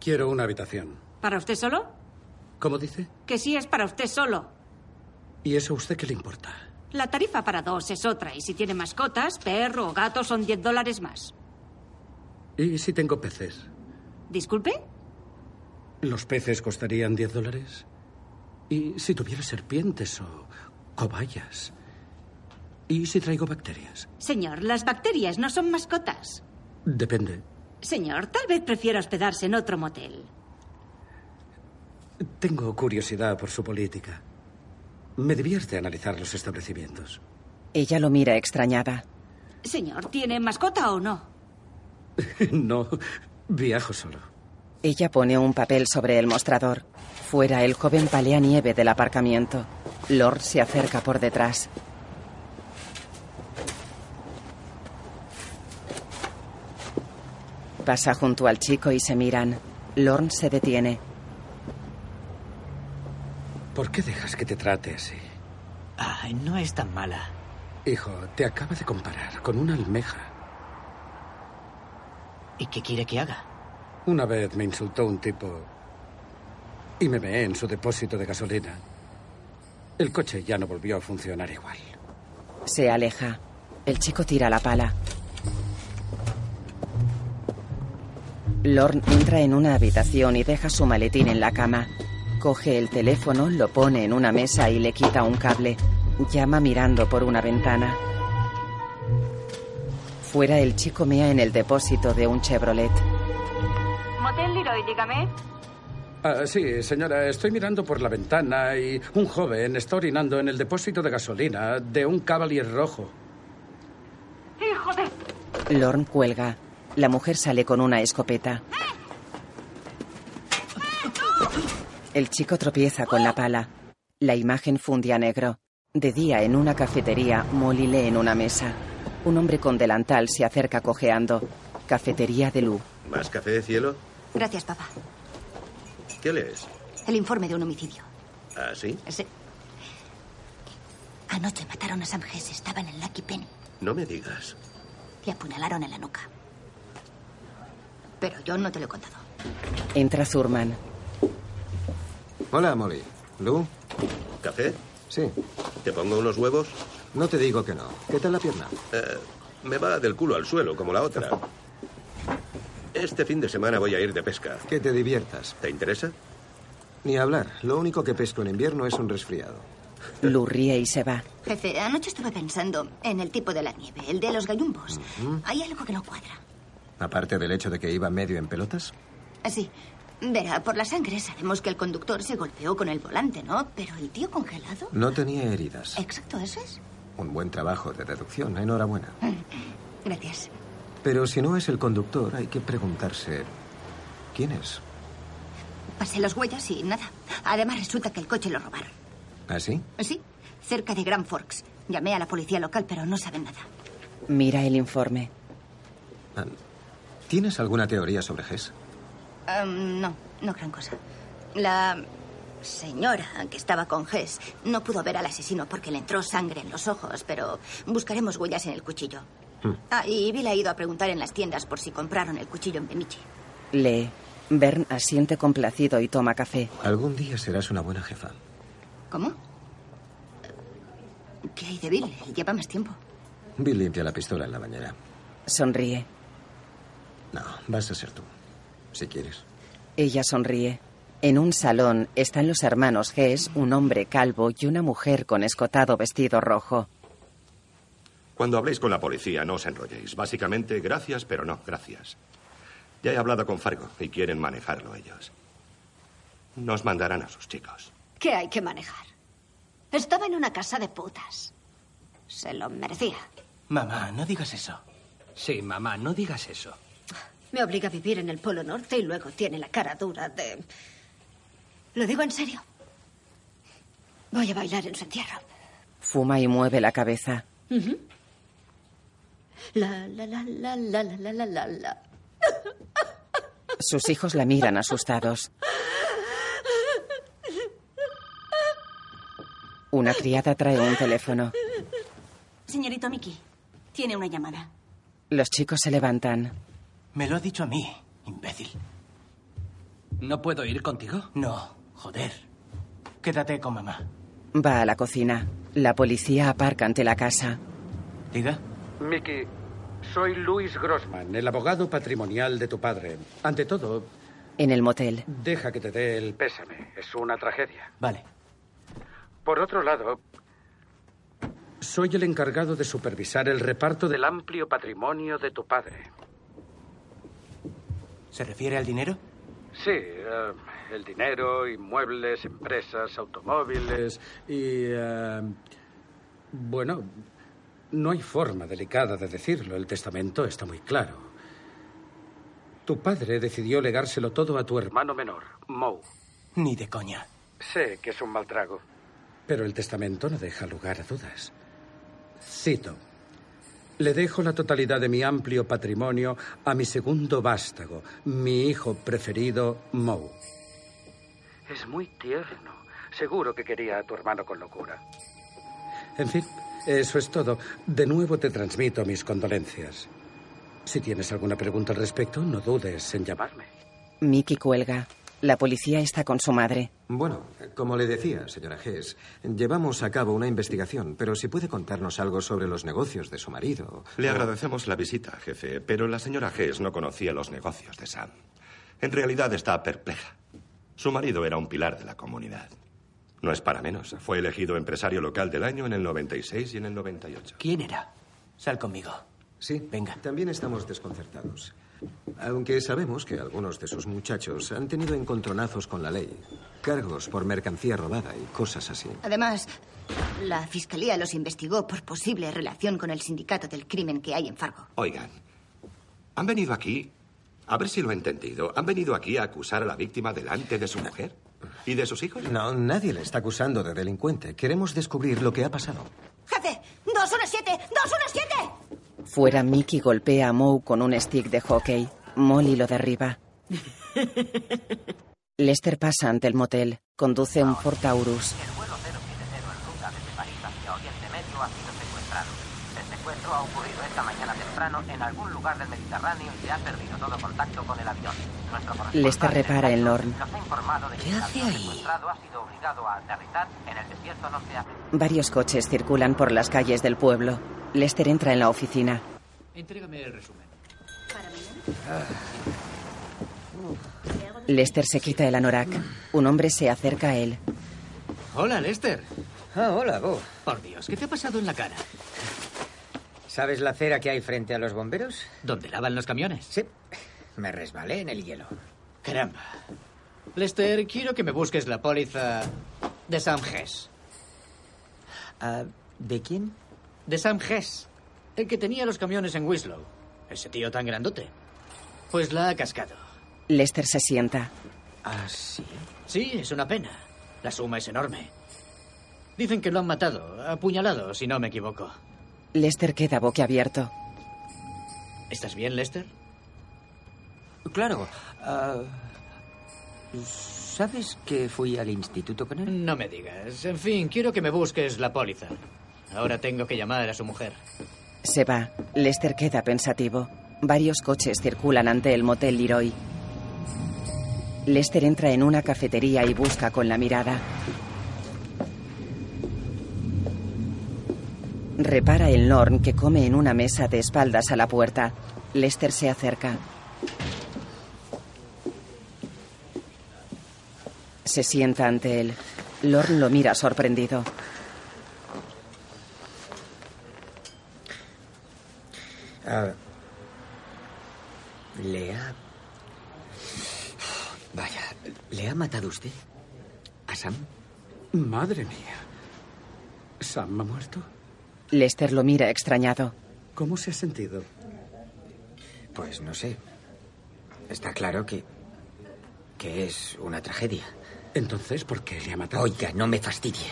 Quiero una habitación.
¿Para usted solo?
¿Cómo dice?
Que sí es para usted solo.
¿Y eso a usted qué le importa?
La tarifa para dos es otra y si tiene mascotas, perro o gato son 10 dólares más.
¿Y si tengo peces?
¿Disculpe?
¿Los peces costarían 10 dólares? ¿Y si tuviera serpientes o cobayas? ¿Y si traigo bacterias?
Señor, las bacterias no son mascotas.
Depende.
Señor, tal vez prefiera hospedarse en otro motel.
Tengo curiosidad por su política. Me divierte analizar los establecimientos. *laughs*
Ella lo mira extrañada.
Señor, ¿tiene mascota o no?
no, viajo solo.
Ella pone un papel sobre el mostrador. Fuera, el joven palea nieve del aparcamiento. Lord se acerca por detrás. Pasa junto al chico y se miran. Lorne se detiene.
¿Por qué dejas que te trate así?
Ay, no es tan mala.
Hijo, te acaba de comparar con una almeja.
¿Y qué quiere que haga?
Una vez me insultó un tipo y me meé en su depósito de gasolina. El coche ya no volvió a funcionar igual.
Se aleja. El chico tira la pala. Lorne entra en una habitación y deja su maletín en la cama. Coge el teléfono, lo pone en una mesa y le quita un cable. Llama mirando por una ventana. Fuera el chico mea en el depósito de un Chevrolet.
Motel Leroy, dígame.
Ah, sí, señora, estoy mirando por la ventana y un joven está orinando en el depósito de gasolina de un Cavalier rojo.
¡Hijo
de...! Lorne cuelga. La mujer sale con una escopeta. El chico tropieza con la pala. La imagen funde a negro. De día, en una cafetería, Molly lee en una mesa. Un hombre con delantal se acerca cojeando. Cafetería de Lu.
¿Más café de cielo?
Gracias, papá.
¿Qué lees?
El informe de un homicidio.
¿Ah, sí?
Sí. Anoche mataron a Sam Hess. Estaba en el Lucky Penny.
No me digas.
Le apuñalaron en la nuca. Pero yo no te lo he contado.
Entra Zurman.
Hola, Molly. ¿Lu?
¿Café?
Sí.
¿Te pongo unos huevos?
No te digo que no. ¿Qué tal la pierna?
Eh, me va del culo al suelo, como la otra. Este fin de semana voy a ir de pesca.
Que te diviertas.
¿Te interesa?
Ni hablar. Lo único que pesco en invierno es un resfriado.
Lu ríe y se va.
Jefe, anoche estuve pensando en el tipo de la nieve, el de los gallumbos.
Mm.
Hay algo que no cuadra.
Aparte del hecho de que iba medio en pelotas.
Así. Ah, Verá, por la sangre sabemos que el conductor se golpeó con el volante, ¿no? Pero el tío congelado.
No tenía heridas.
Eh.
Exacto, eso es.
Un buen trabajo de deducción, enhorabuena.
Gracias.
Pero si no es el conductor, hay que preguntarse quién es.
Pasé las huellas y nada. Además resulta que el coche lo robaron.
¿Así?
Sí, cerca de Grand Forks. Llamé a la policía local, pero no saben nada.
Mira el informe.
Ah, ¿Tienes alguna teoría sobre Hess?
Em, no, no gran cosa. La señora que estaba con Hess no pudo ver al asesino porque le entró sangre en los ojos, pero buscaremos huellas en el cuchillo.
Hmm.
Ah, y Bill ha ido a preguntar en las tiendas por si compraron el cuchillo en Bemichi.
Lee. Bern asiente complacido y toma café.
Algún día serás una buena jefa.
¿Cómo? ¿Qué hay de Bill? Lleva más tiempo.
Bill limpia la pistola en la bañera.
Sonríe.
No, vas a ser tú. Si quieres.
Ella sonríe. En un salón están los hermanos Hess, un hombre calvo y una mujer con escotado vestido rojo.
Cuando habléis con la policía, no os enrolléis. Básicamente, gracias, pero no, gracias. Ya he hablado con Fargo y quieren manejarlo ellos. Nos mandarán a sus chicos.
¿Qué hay que manejar? Estaba en una casa de putas. Se lo merecía.
Mamá, no digas eso. Sí, mamá, no digas eso.
Me obliga a vivir en el Polo Norte y luego tiene la cara dura de... Lo digo en serio. Voy a bailar en su entierro.
Fuma y mueve la cabeza.
Ujú. La, la, la, la, la, la, la, la, la, la.
Sus hijos la miran asustados. Una criada trae un teléfono.
Señorito Mickey, tiene una llamada.
Los chicos se levantan.
Me lo ha dicho a mí, imbécil. ¿No puedo ir contigo? No, joder. Quédate con mamá.
Va a la cocina. La policía aparca ante la casa.
Diga.
Mickey, soy Luis Grossman, el abogado patrimonial de tu padre. Ante todo,
En el motel.
deja que te dé el pésame. Es una tragedia.
Vale.
Por otro lado, soy el encargado de supervisar el reparto del amplio patrimonio de tu padre.
¿Se refiere al dinero?
Sí, eh, el dinero, inmuebles, empresas, automóviles y... eh, bueno, no hay forma delicada de decirlo. El testamento está muy claro. Tu padre decidió legárselo todo a tu hermano menor, Moe.
Ni de coña.
Sé que es un mal trago. Pero el testamento no deja lugar a dudas. Cito. Le dejo la totalidad de mi amplio patrimonio a mi segundo vástago, mi hijo preferido, Moe. Es muy tierno. Seguro que quería a tu hermano con locura. En fin, eso es todo. De nuevo te transmito mis condolencias. Si tienes alguna pregunta al respecto, no dudes en llamarme.
Mickey cuelga. La policía está con su madre.
Bueno, como le decía, señora Hess, llevamos a cabo una investigación, pero si puede contarnos algo sobre los negocios de su marido.
Le agradecemos la visita, jefe, pero la señora Hess no conocía los negocios de Sam. En realidad está perpleja. Su marido era un pilar de la comunidad. No es para menos. Fue elegido empresario local del año en el 96 y en el 98.
¿Quién era? Sal conmigo.
Sí, venga. También estamos desconcertados. Aunque sabemos que algunos de sus muchachos han tenido encontronazos con la ley, cargos por mercancía robada y cosas así.
Además, la fiscalía los investigó por posible relación con el sindicato del crimen que hay en Fargo.
Oigan, ¿han venido aquí? A ver si lo he entendido. ¿Han venido aquí a acusar a la víctima delante de su mujer? ¿Y de sus hijos?
No, nadie le está acusando de delincuente. Queremos descubrir lo que ha pasado.
¡Jefe! ¡Dos, una, siete! ¡Dos, una, siete!
Fuera, Mickey golpea a Moe con un stick de hockey. Molly lo derriba. Lester pasa ante el motel. Conduce un Ford Taurus.
vuelo 070 en ruta desde París hacia Oriente Medio ha sido secuestrado. El secuestro Este ha ocurrido esta mañana temprano en algún lugar del Mediterráneo y se ha perdido todo contacto con el avión. Nuestro
Lester
corresponsal
repara el horno.
nos ha informado de que
¿Qué
el
hace
avión
ahí?
secuestrado ha sido obligado a aterrizar en el desierto norteafricano.
Varios coches circulan por las calles del pueblo. Lester entra en la oficina.
Entrégame el resumen.
Ah.
Lester se quita el anorak. Un hombre se acerca a él.
Hola, Lester.
Ah, hola, Bo.
Por Dios, ¿qué te ha pasado en la cara?
¿Sabes la acera que hay frente a los bomberos?
¿Dónde lavan los camiones?
Sí. Me resbalé en el hielo.
Caramba. Lester, quiero que me busques la póliza de Sam Hess.
Ah, ¿De quién?
De Sam Hess, el que tenía los camiones en Winslow. Ese tío tan grandote. Pues la ha cascado.
Lester se sienta.
¿Ah, sí?
Sí, es una pena. La suma es enorme. Dicen que lo han matado, apuñalado, si no me equivoco.
Lester queda boquiabierto.
¿Estás bien, Lester?
Claro. ah, ¿Sabes que fui al instituto con él?
No me digas. En fin, quiero que me busques la póliza. Ahora tengo que llamar a su mujer.
Se va. Lester queda pensativo. Varios coches circulan ante el motel Leroy. Lester entra en una cafetería y busca con la mirada. Repara en Lorne que come en una mesa de espaldas a la puerta. Lester se acerca. Se sienta ante él. Lorne lo mira sorprendido.
Ah, le ha... Vaya, ¿le ha matado usted? ¿A Sam?
Madre mía. ¿Sam ha muerto?
Lester lo mira extrañado.
¿Cómo se ha sentido?
Pues no sé. Está claro que... que es una tragedia.
Entonces, ¿por qué le ha matado?
Oiga, no me fastidie.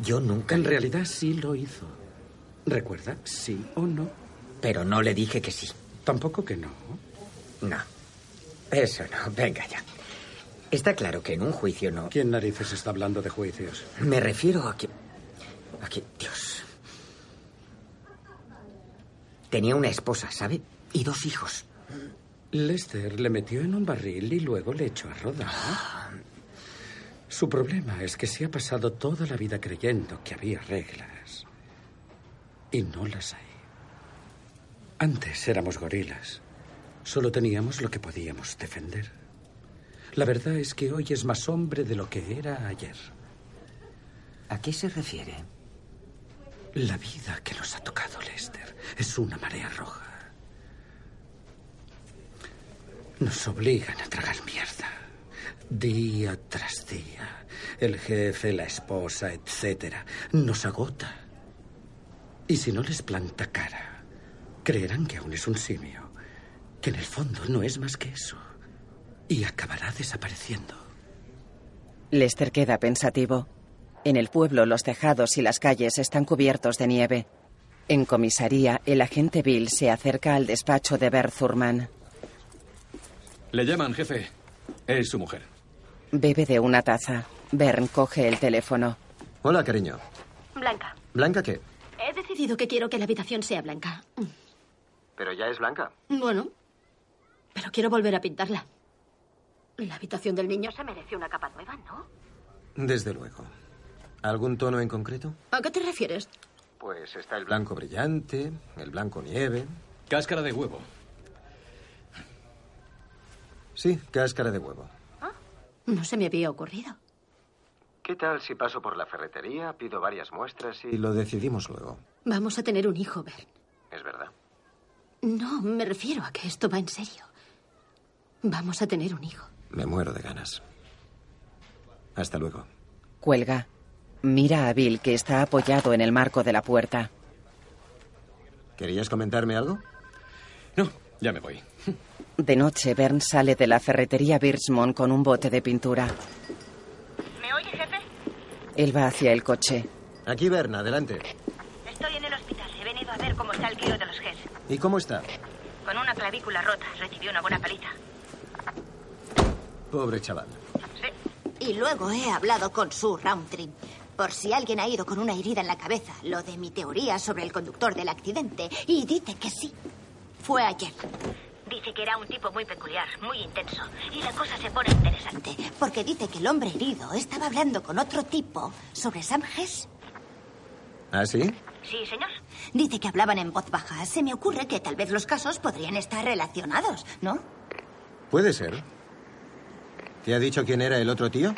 Yo nunca...
En realidad sí lo hizo. ¿Recuerda? Sí o no.
Pero no le dije que sí.
Tampoco que no.
No. Eso no. Venga ya. Está claro que en un juicio no...
¿Quién narices está hablando de juicios?
Me refiero a que... A que... Dios. Tenía una esposa, ¿sabe? Y dos hijos.
Lester le metió en un barril y luego le echó a rodar. Su problema es que se ha pasado toda la vida creyendo que había reglas. Y no las hay. Antes éramos gorilas. Solo teníamos lo que podíamos defender. La verdad es que hoy es más hombre de lo que era ayer.
¿A qué se refiere?
La vida que nos ha tocado Lester es una marea roja. Nos obligan a tragar mierda. Día tras día. El jefe, la esposa, etc. Nos agota. Y si no les planta cara, creerán que aún es un simio. Que en el fondo no es más que eso. Y acabará desapareciendo.
Lester queda pensativo. En el pueblo los tejados y las calles están cubiertos de nieve. En comisaría, el agente Bill se acerca al despacho de Bert Thurman.
Le llaman, jefe. Es su mujer.
Bebe de una taza. Bern coge el teléfono.
Hola, cariño.
Blanca,
¿Blanca qué?
he decidido que quiero que la habitación sea blanca.
Pero ya es blanca.
Bueno, pero quiero volver a pintarla. La habitación del niño se merece una capa nueva, ¿no?
Desde luego. ¿Algún tono en concreto?
¿A qué te refieres?
Pues está el blanco brillante, el blanco nieve.
Cáscara de huevo.
Sí, cáscara de huevo.
No se me había ocurrido.
¿Qué tal si paso por la ferretería, pido varias muestras y... Y lo decidimos luego.
Vamos a tener un hijo, Bern.
Es verdad.
No, me refiero a que esto va en serio. Vamos a tener un hijo.
Me muero de ganas. Hasta luego.
Cuelga. Mira a Bill que está apoyado en el marco de la puerta.
¿Querías comentarme algo?
No, ya me voy.
De noche, Bern sale de la ferretería Birchmont con un bote de pintura.
¿Me oye, jefe?
Él va hacia el coche.
Aquí, Berna, adelante.
Estoy en el hospital. He venido a ver cómo está el crío de los Hess.
¿Y cómo está?
Con una clavícula rota. Recibió una buena paliza.
Pobre chaval.
Y luego he hablado con Sue Roundtree. Por si alguien ha ido con una herida en la cabeza, lo de mi teoría sobre el conductor del accidente. Y dice que sí. Fue ayer.
Dice que era un tipo muy peculiar, muy intenso. Y la cosa se pone interesante.
Porque dice que el hombre herido estaba hablando con otro tipo sobre Sam Hess.
¿Ah, sí?
Sí, señor.
Dice que hablaban en voz baja. Se me ocurre que tal vez los casos podrían estar relacionados, ¿no?
Puede ser. ¿Te ha dicho quién era el otro tío?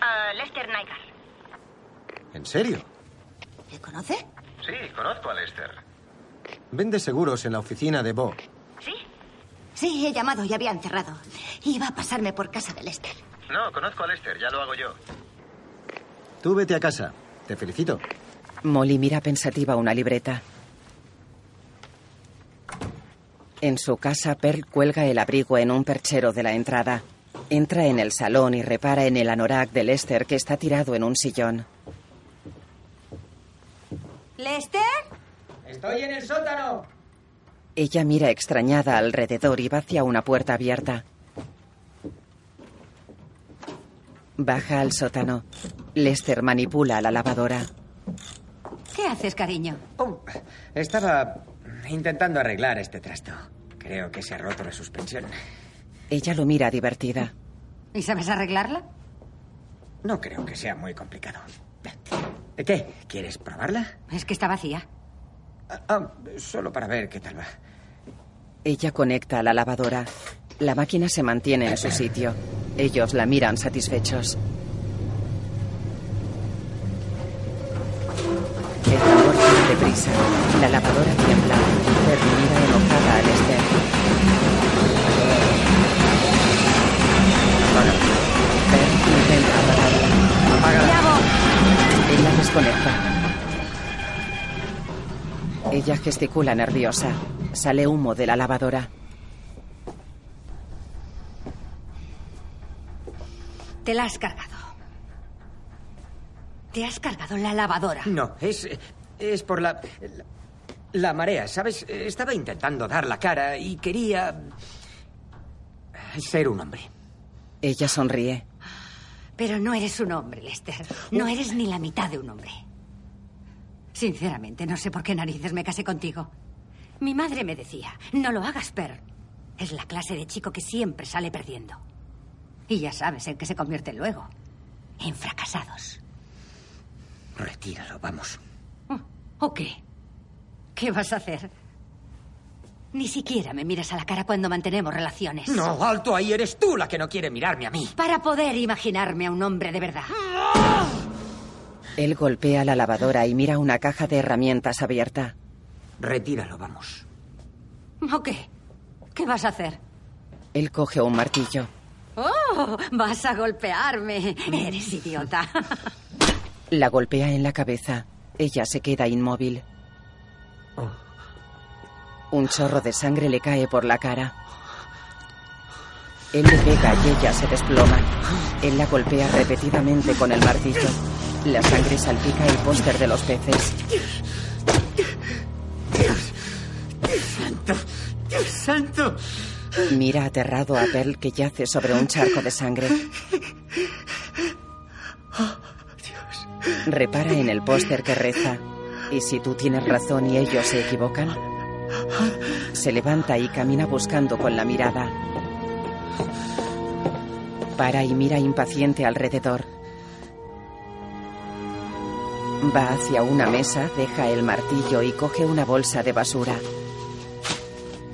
Ah,
Lester Nygaard.
¿En serio?
¿Le conoce?
Sí, conozco a Lester.
Vende seguros en la oficina de Bo.
Sí, he llamado y habían cerrado. Iba a pasarme por casa de Lester.
No, conozco a Lester, ya lo hago yo.
Tú vete a casa. Te felicito.
Molly mira pensativa una libreta. En su casa, Pearl cuelga el abrigo en un perchero de la entrada. Entra en el salón y repara en el anorak de Lester que está tirado en un sillón.
¿Lester?
Estoy en el sótano.
Ella mira extrañada alrededor y va hacia una puerta abierta. Baja al sótano. Lester manipula la lavadora.
¿Qué haces, cariño?
Estaba intentando arreglar este trasto. Creo que se ha roto la suspensión.
Ella lo mira divertida.
¿Y sabes arreglarla?
No creo que sea muy complicado. ¿Qué? ¿Quieres probarla?
Es que está vacía.
Ah, solo para ver qué tal va.
Ella conecta la lavadora. La máquina se mantiene en su sitio. Ellos la miran satisfechos. El tambor gira deprisa. La lavadora tiembla. Fer mira enojada al externo. Fer intenta apagarla. Ella desconecta. Ella gesticula nerviosa. Sale humo de la lavadora.
Te la has cargado. Te has cargado la lavadora.
No, es. es por la. la, la marea, ¿sabes? Estaba intentando dar la cara y quería. ser un hombre.
Ella sonríe.
Pero no eres un hombre, Lester. No eres ni la mitad de un hombre. Sinceramente, no sé por qué narices me casé contigo. Mi madre me decía, no lo hagas, Per. Es la clase de chico que siempre sale perdiendo. Y ya sabes en qué se convierte luego. En fracasados.
Retíralo, vamos.
¿O qué? ¿Qué vas a hacer? Ni siquiera me miras a la cara cuando mantenemos relaciones.
No, alto ahí, eres tú la que no quiere mirarme a mí.
Para poder imaginarme a un hombre de verdad.
Él golpea la lavadora y mira una caja de herramientas abierta.
Retíralo, vamos.
¿O qué? ¿Qué vas a hacer?
Él coge un martillo.
¡Oh! Vas a golpearme. Eres idiota.
La golpea en la cabeza. Ella se queda inmóvil. Un chorro de sangre le cae por la cara. Él le pega y ella se desploma. Él la golpea repetidamente con el martillo. La sangre salpica el póster de los peces.
¡Santo! ¡Santo!
Mira aterrado a Bell que yace sobre un charco de sangre. Repara en el póster que reza. Y si tú tienes razón y ellos se equivocan. Se levanta y camina buscando con la mirada. Para y mira impaciente alrededor. Va hacia una mesa, deja el martillo y coge una bolsa de basura.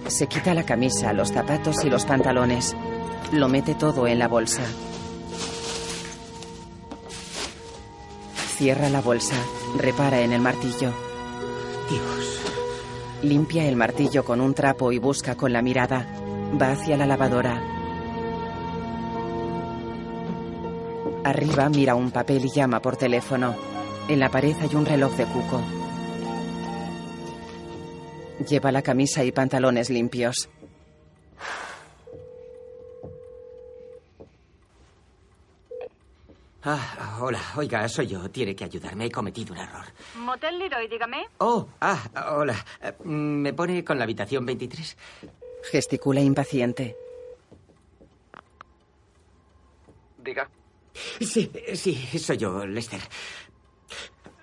Se quita la camisa, los zapatos y los pantalones. Lo mete todo en la bolsa. Cierra la bolsa, repara en el martillo.
Dios.
Limpia el martillo con un trapo y busca con la mirada. Va hacia la lavadora. Arriba mira un papel y llama por teléfono. En la pared hay un reloj de cuco. Lleva la camisa y pantalones limpios.
Ah, hola, oiga, soy yo. Tiene que ayudarme. He cometido un error.
Motel Leroy, dígame.
Oh, ah, hola. Eh, ¿Me pone con la habitación 23?
Gesticula impaciente.
Diga.
Sí, sí, soy yo, Lester.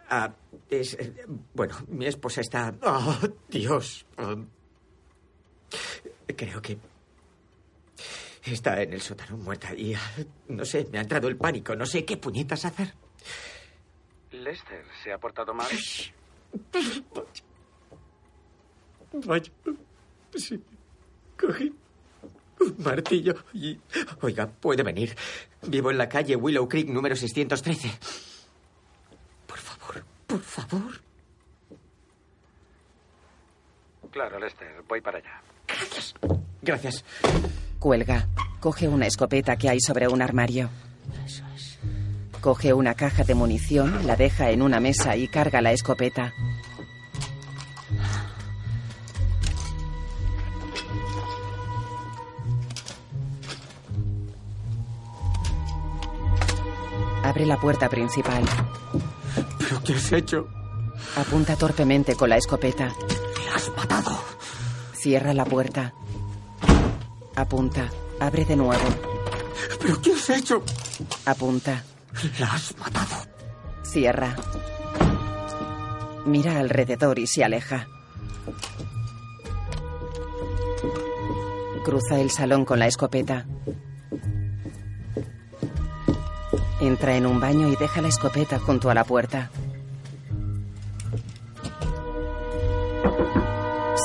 Ah, es. eh, Bueno, mi esposa está. ¡Oh, Dios! Ah, creo que. Está en el sótano muerta y. ah, No sé, me ha entrado el pánico. No sé qué puñetas hacer.
Lester se ha portado mal.
Vaya. Sí. Cogí un martillo. Y... Oiga, puede venir. Vivo en la calle Willow Creek número 613. Por favor, por favor.
Claro, Lester, voy para allá.
Gracias. Gracias.
Cuelga. Coge una escopeta que hay sobre un armario. Coge una caja de munición, la deja en una mesa y carga la escopeta. Abre la puerta principal.
¿Pero qué has hecho?
Apunta torpemente con la escopeta.
¡La has matado!
Cierra la puerta. Apunta. Abre de nuevo.
¿Pero qué has hecho?
Apunta.
¡La has matado!
Cierra. Mira alrededor y se aleja. Cruza el salón con la escopeta. Entra en un baño y deja la escopeta junto a la puerta.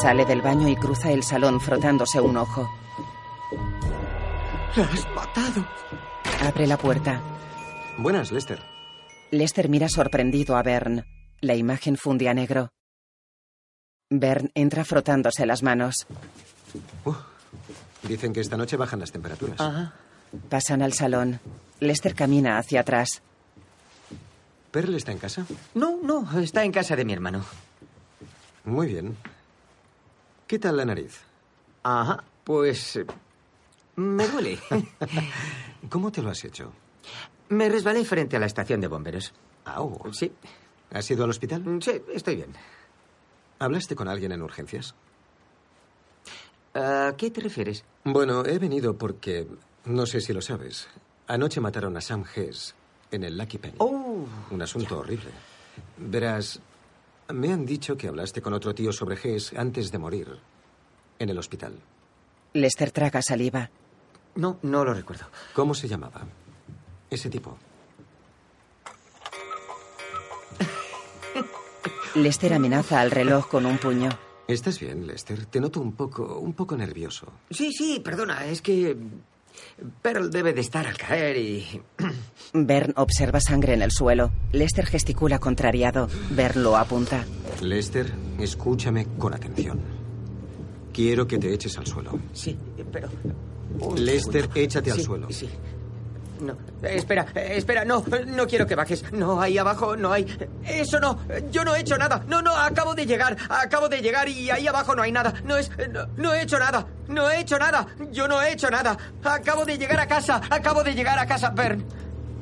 Sale del baño y cruza el salón frotándose un ojo.
¡La has matado!
Abre la puerta.
Buenas, Lester.
Lester mira sorprendido a Bern. La imagen funde a negro. Bern entra frotándose las manos.
Uh, dicen que esta noche bajan las temperaturas.
Ajá.
Pasan al salón. Lester camina hacia atrás.
¿Perl está en casa?
No, no, está en casa de mi hermano.
Muy bien. ¿Qué tal la nariz?
Ajá, pues... eh, Me duele.
*laughs* ¿Cómo te lo has hecho?
Me resbalé frente a la estación de bomberos.
Au.
Sí,
Ah, oh.
Mm,
¿Has ido al hospital?
sí, estoy bien.
¿Hablaste con alguien en urgencias?
¿A Ah, qué te refieres?
Bueno, he venido porque, no sé si lo sabes, anoche mataron a Sam Hess en el Lucky Penny.
Oh,
Un asunto horrible. Verás, me han dicho que hablaste con otro tío sobre Hess antes de morir, en el hospital.
Lester traga saliva.
no, no lo recuerdo.
¿Cómo se llamaba? Ese tipo.
Lester amenaza al reloj con un puño.
¿Estás bien, Lester? Te noto un poco, un poco nervioso.
Sí, sí, perdona, es que... eh, Pearl debe de estar al caer y... *coughs*
Bern observa sangre en el suelo. Lester gesticula contrariado. Bern lo apunta.
Lester, escúchame con atención. Quiero que te eches al suelo.
Sí, pero...
Lester, échate al
Sí,
suelo.
Sí. No, espera, espera, no, no quiero que bajes. No, ahí abajo no hay. Eso no, yo no he hecho nada. No, no, acabo de llegar, acabo de llegar y ahí abajo no hay nada. No es. No, no he hecho nada, no he hecho nada, yo no he hecho nada. Acabo de llegar a casa, acabo de llegar a casa, Bern.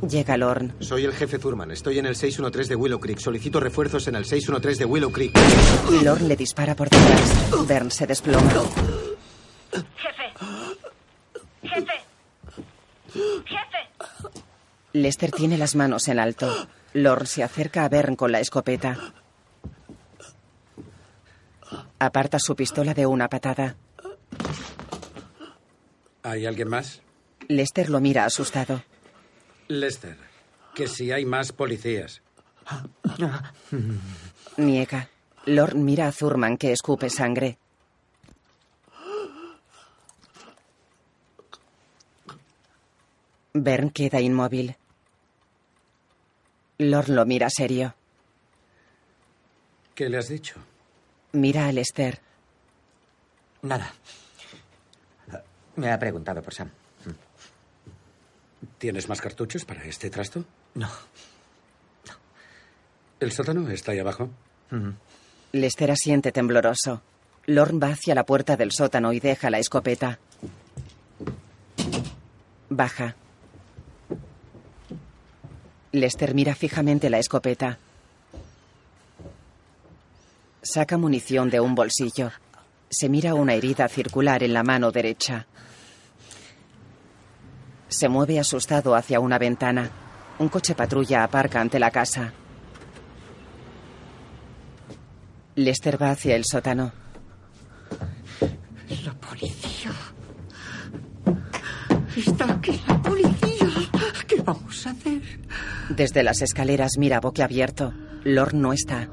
Llega Lorne.
Soy el jefe Thurman. Estoy en el 613 de Willow Creek. Solicito refuerzos en el 613 de Willow Creek.
Lorne le dispara por detrás. Bern se desploma. Lester tiene las manos en alto. Lorne se acerca a Bern con la escopeta. Aparta su pistola de una patada.
¿Hay alguien más?
Lester lo mira asustado.
Lester, que si hay más policías.
Niega. Lorne mira a Thurman que escupe sangre. Bern queda inmóvil. Lorne lo mira serio.
¿Qué le has dicho?
Mira a Lester.
Nada. Me ha preguntado por Sam.
¿Tienes más cartuchos para este trasto?
No.
El sótano está ahí abajo.
Lester asiente tembloroso. Lorne va hacia la puerta del sótano y deja la escopeta. Baja. Lester mira fijamente la escopeta. Saca munición de un bolsillo. Se mira una herida circular en la mano derecha. Se mueve asustado hacia una ventana. Un coche patrulla aparca ante la casa. Lester va hacia el sótano.
La policía. Está aquí la policía. ¿Qué vamos a hacer?
Desde las escaleras mira boquiabierto. Lord no está.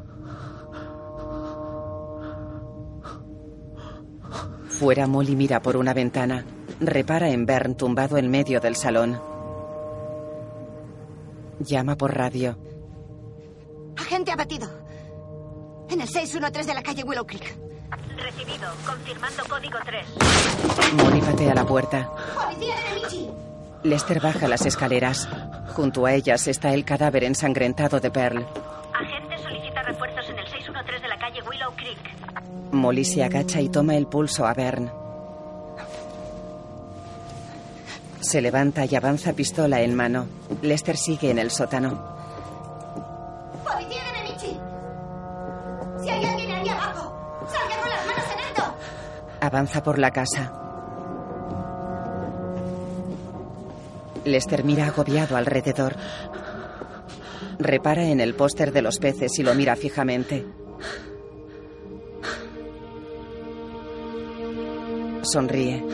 Fuera, Molly mira por una ventana. Repara en Bern tumbado en medio del salón. Llama por radio.
Agente abatido. En el 613 de la calle Willow Creek.
Recibido. Confirmando código 3.
Molly patea la puerta.
¡Policía de Michi!
Lester baja las escaleras. Junto a ellas está el cadáver ensangrentado de Pearl.
Agente solicita refuerzos en el 613 de la calle Willow Creek.
Molly se agacha y toma el pulso a Bern. Se levanta y avanza pistola en mano. Lester sigue en el sótano.
¡Policía de Benichi! ¡Si hay alguien ahí abajo! ¡Salga con las manos en alto!
Avanza por la casa. Lester mira agobiado alrededor. Repara en el póster de los peces y lo mira fijamente. Sonríe.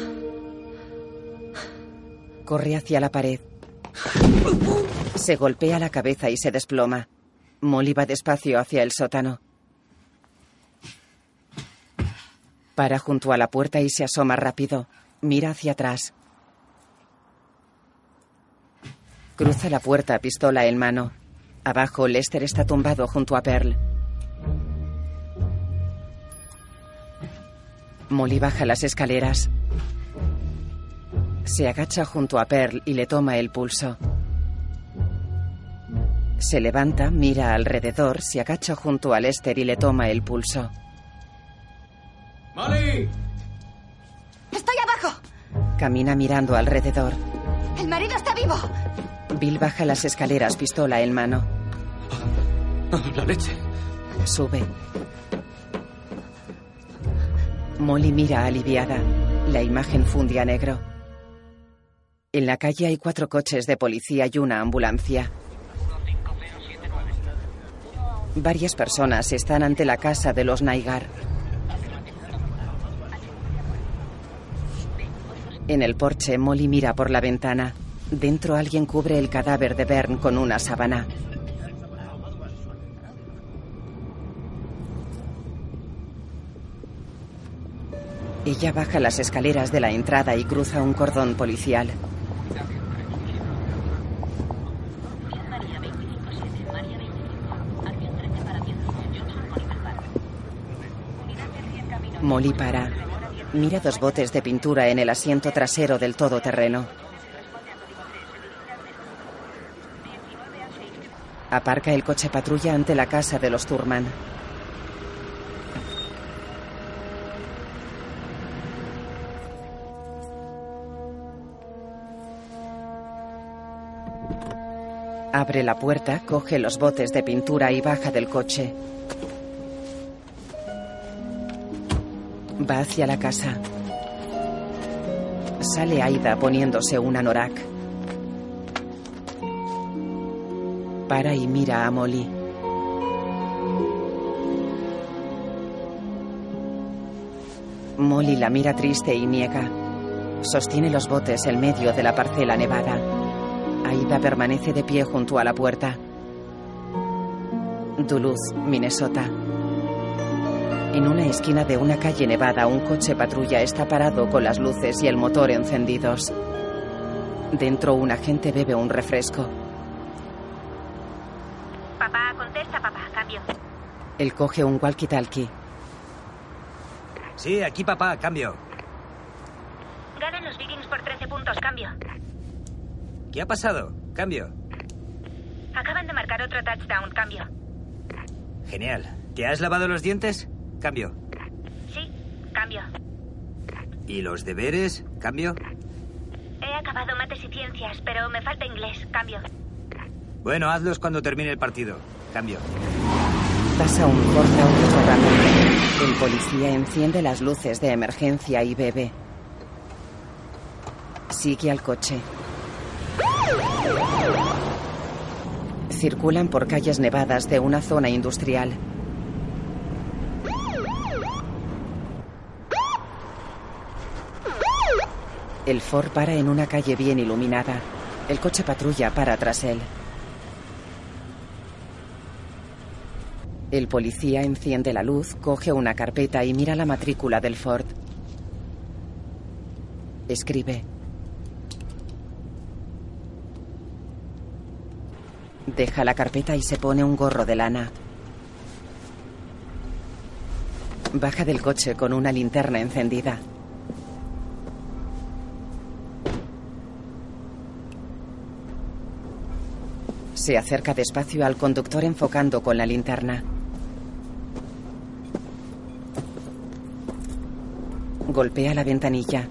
Corre hacia la pared. Se golpea la cabeza y se desploma. Molly va despacio hacia el sótano. Para junto a la puerta y se asoma rápido. Mira hacia atrás. Cruza la puerta, pistola en mano. Abajo, Lester está tumbado junto a Pearl. Molly baja las escaleras. Se agacha junto a Pearl y le toma el pulso. Se levanta, mira alrededor, se agacha junto a Lester y le toma el pulso.
¡Molly!
¡Estoy abajo!
Camina mirando alrededor.
¡El marido está vivo!
Bill baja las escaleras, pistola en mano.
La leche.
Sube. Molly mira aliviada. La imagen funde a negro. En la calle hay cuatro coches de policía y una ambulancia. Varias personas están ante la casa de los Naigar. En el porche, Molly mira por la ventana. Dentro alguien cubre el cadáver de Bern con una sábana. Ella baja las escaleras de la entrada y cruza un cordón policial. Molly para. Mira dos botes de pintura en el asiento trasero del todoterreno. Aparca el coche patrulla ante la casa de los Turman. Abre la puerta, coge los botes de pintura y baja del coche. Va hacia la casa. Sale Aida poniéndose un anorak. Para y mira a Molly. Molly la mira triste y niega. Sostiene los botes en medio de la parcela nevada. Aida permanece de pie junto a la puerta. Duluth, Minnesota. En una esquina de una calle nevada, un coche patrulla está parado con las luces y el motor encendidos. Dentro, un agente bebe un refresco.
Papá, contesta, papá. Cambio.
Él coge un walkie-talkie.
Sí, aquí papá, cambio.
Ganan los Vikings por 13 puntos. Cambio.
¿Qué ha pasado? Cambio.
Acaban de marcar otro touchdown. Cambio.
Genial. ¿Te has lavado los dientes? Cambio.
Sí, cambio.
¿Y los deberes? Cambio.
He acabado mates y ciencias, pero me falta inglés. Cambio.
Bueno, hazlos cuando termine el partido. Cambio.
Pasa un corte a un ramo. El policía enciende las luces de emergencia y bebe. Sigue al coche. Circulan por calles nevadas de una zona industrial. El Ford para en una calle bien iluminada. El coche patrulla para tras él. El policía enciende la luz, coge una carpeta y mira la matrícula del Ford. Escribe. Deja la carpeta y se pone un gorro de lana. Baja del coche con una linterna encendida. Se acerca despacio al conductor enfocando con la linterna. Golpea la ventanilla.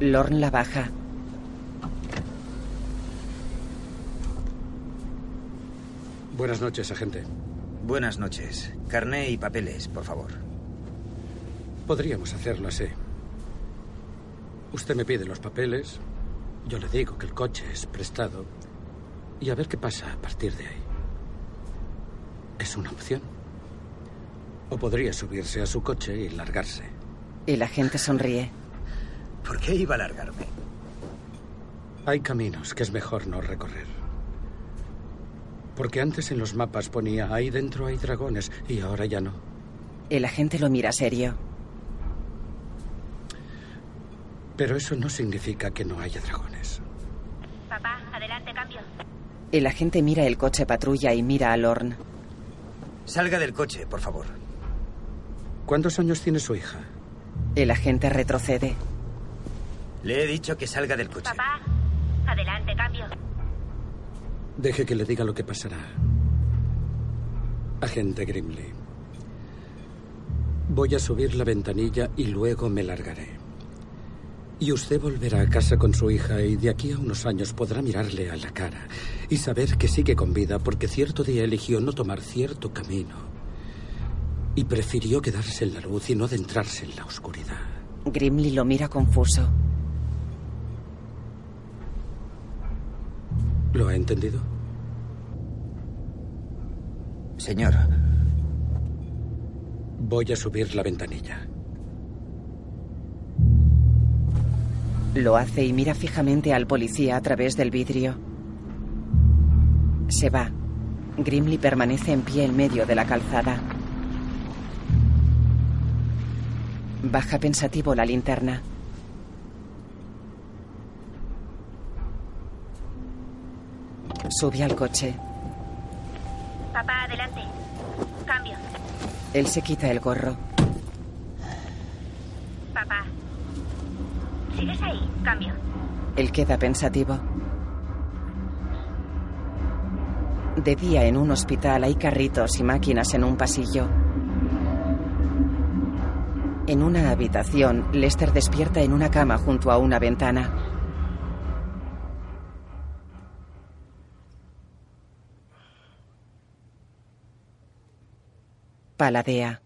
Lorn la baja.
Buenas noches, agente.
Buenas noches. Carné y papeles, por favor.
Podríamos hacerlo así. Usted me pide los papeles, yo le digo que el coche es prestado y a ver qué pasa a partir de ahí. Es una opción. O podría subirse a su coche y largarse.
El agente sonríe.
¿Por qué iba a largarme?
Hay caminos que es mejor no recorrer. Porque antes en los mapas ponía ahí dentro hay dragones y ahora ya no.
El agente lo mira serio.
Pero eso no significa que no haya dragones.
Papá, adelante, cambio.
El agente mira el coche patrulla y mira a Lorn.
Salga del coche, por favor.
¿Cuántos años tiene su hija?
El agente retrocede.
Le he dicho que salga del coche.
Papá, adelante, cambio.
Deje que le diga lo que pasará. Agente Grimley. Voy a subir la ventanilla y luego me largaré. Y usted volverá a casa con su hija y de aquí a unos años podrá mirarle a la cara y saber que sigue con vida porque cierto día eligió no tomar cierto camino y prefirió quedarse en la luz y no adentrarse en la oscuridad.
Grimly lo mira confuso.
¿Lo ha entendido?
Señor.
Voy a subir la ventanilla.
Lo hace y mira fijamente al policía a través del vidrio. Se va. Grimly permanece en pie en medio de la calzada. Baja pensativo la linterna. Sube al coche.
Papá, adelante. Cambio.
Él se quita el gorro.
Papá, ¿Sigues ahí? Cambio.
Él queda pensativo. De día en un hospital hay carritos y máquinas en un pasillo. En una habitación, Lester despierta en una cama junto a una ventana. Paladea.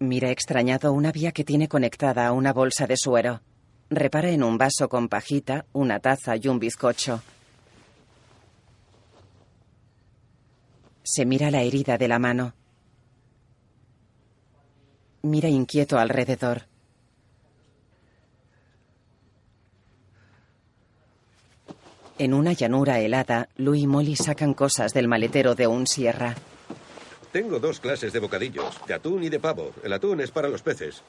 Mira extrañado una vía que tiene conectada a una bolsa de suero. Repara en un vaso con pajita, una taza y un bizcocho. Se mira la herida de la mano. Mira inquieto alrededor. En una llanura helada, Lou y Molly sacan cosas del maletero de un sierra.
Tengo dos clases de bocadillos, de atún y de pavo. El atún es para los peces,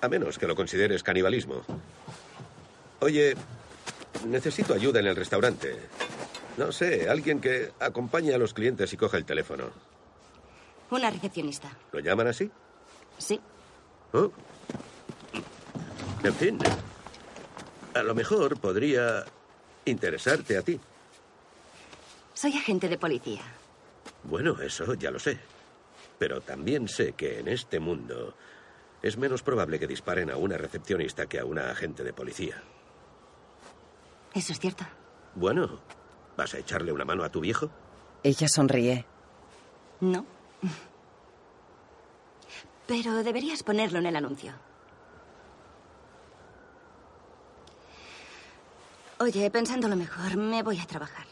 a menos que lo consideres canibalismo. Oye, necesito ayuda en el restaurante. No sé, alguien que acompañe a los clientes y coja el teléfono.
Una recepcionista.
¿Lo llaman así?
Sí.
Oh. En fin, a lo mejor podría interesarte a ti.
Soy agente de policía.
Bueno, eso ya lo sé. Pero también sé que en este mundo es menos probable que disparen a una recepcionista que a una agente de policía.
Eso es cierto.
Bueno, ¿vas a echarle una mano a tu viejo?
Ella sonríe.
No. Pero deberías ponerlo en el anuncio. Oye, pensándolo mejor, me voy a trabajar.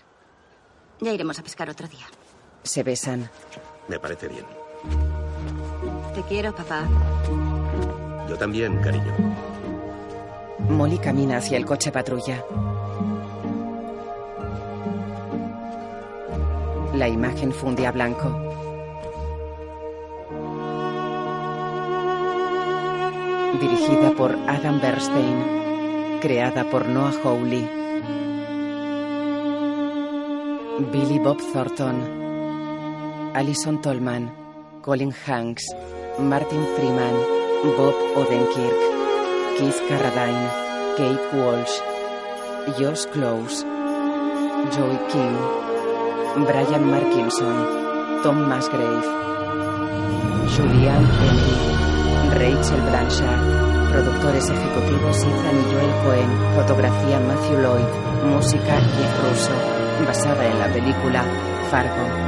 Ya iremos a pescar otro día.
Se besan.
Me parece bien.
Te quiero, papá.
Yo también, cariño.
Molly camina hacia el coche patrulla. La imagen funde a blanco. Dirigida por Adam Bernstein. Creada por Noah Hawley. Billy Bob Thornton. Alison Tolman. Colin Hanks. Martin Freeman. Bob Odenkirk. Keith Carradine. Kate Walsh. Josh Close. Joey King. Brian Markinson. Tom Musgrave. Julian Henry, Rachel Blanchard, productores ejecutivos Ethan y Joel Cohen, fotografía Matthew Lloyd, música Jeff Russo, basada en la película Fargo.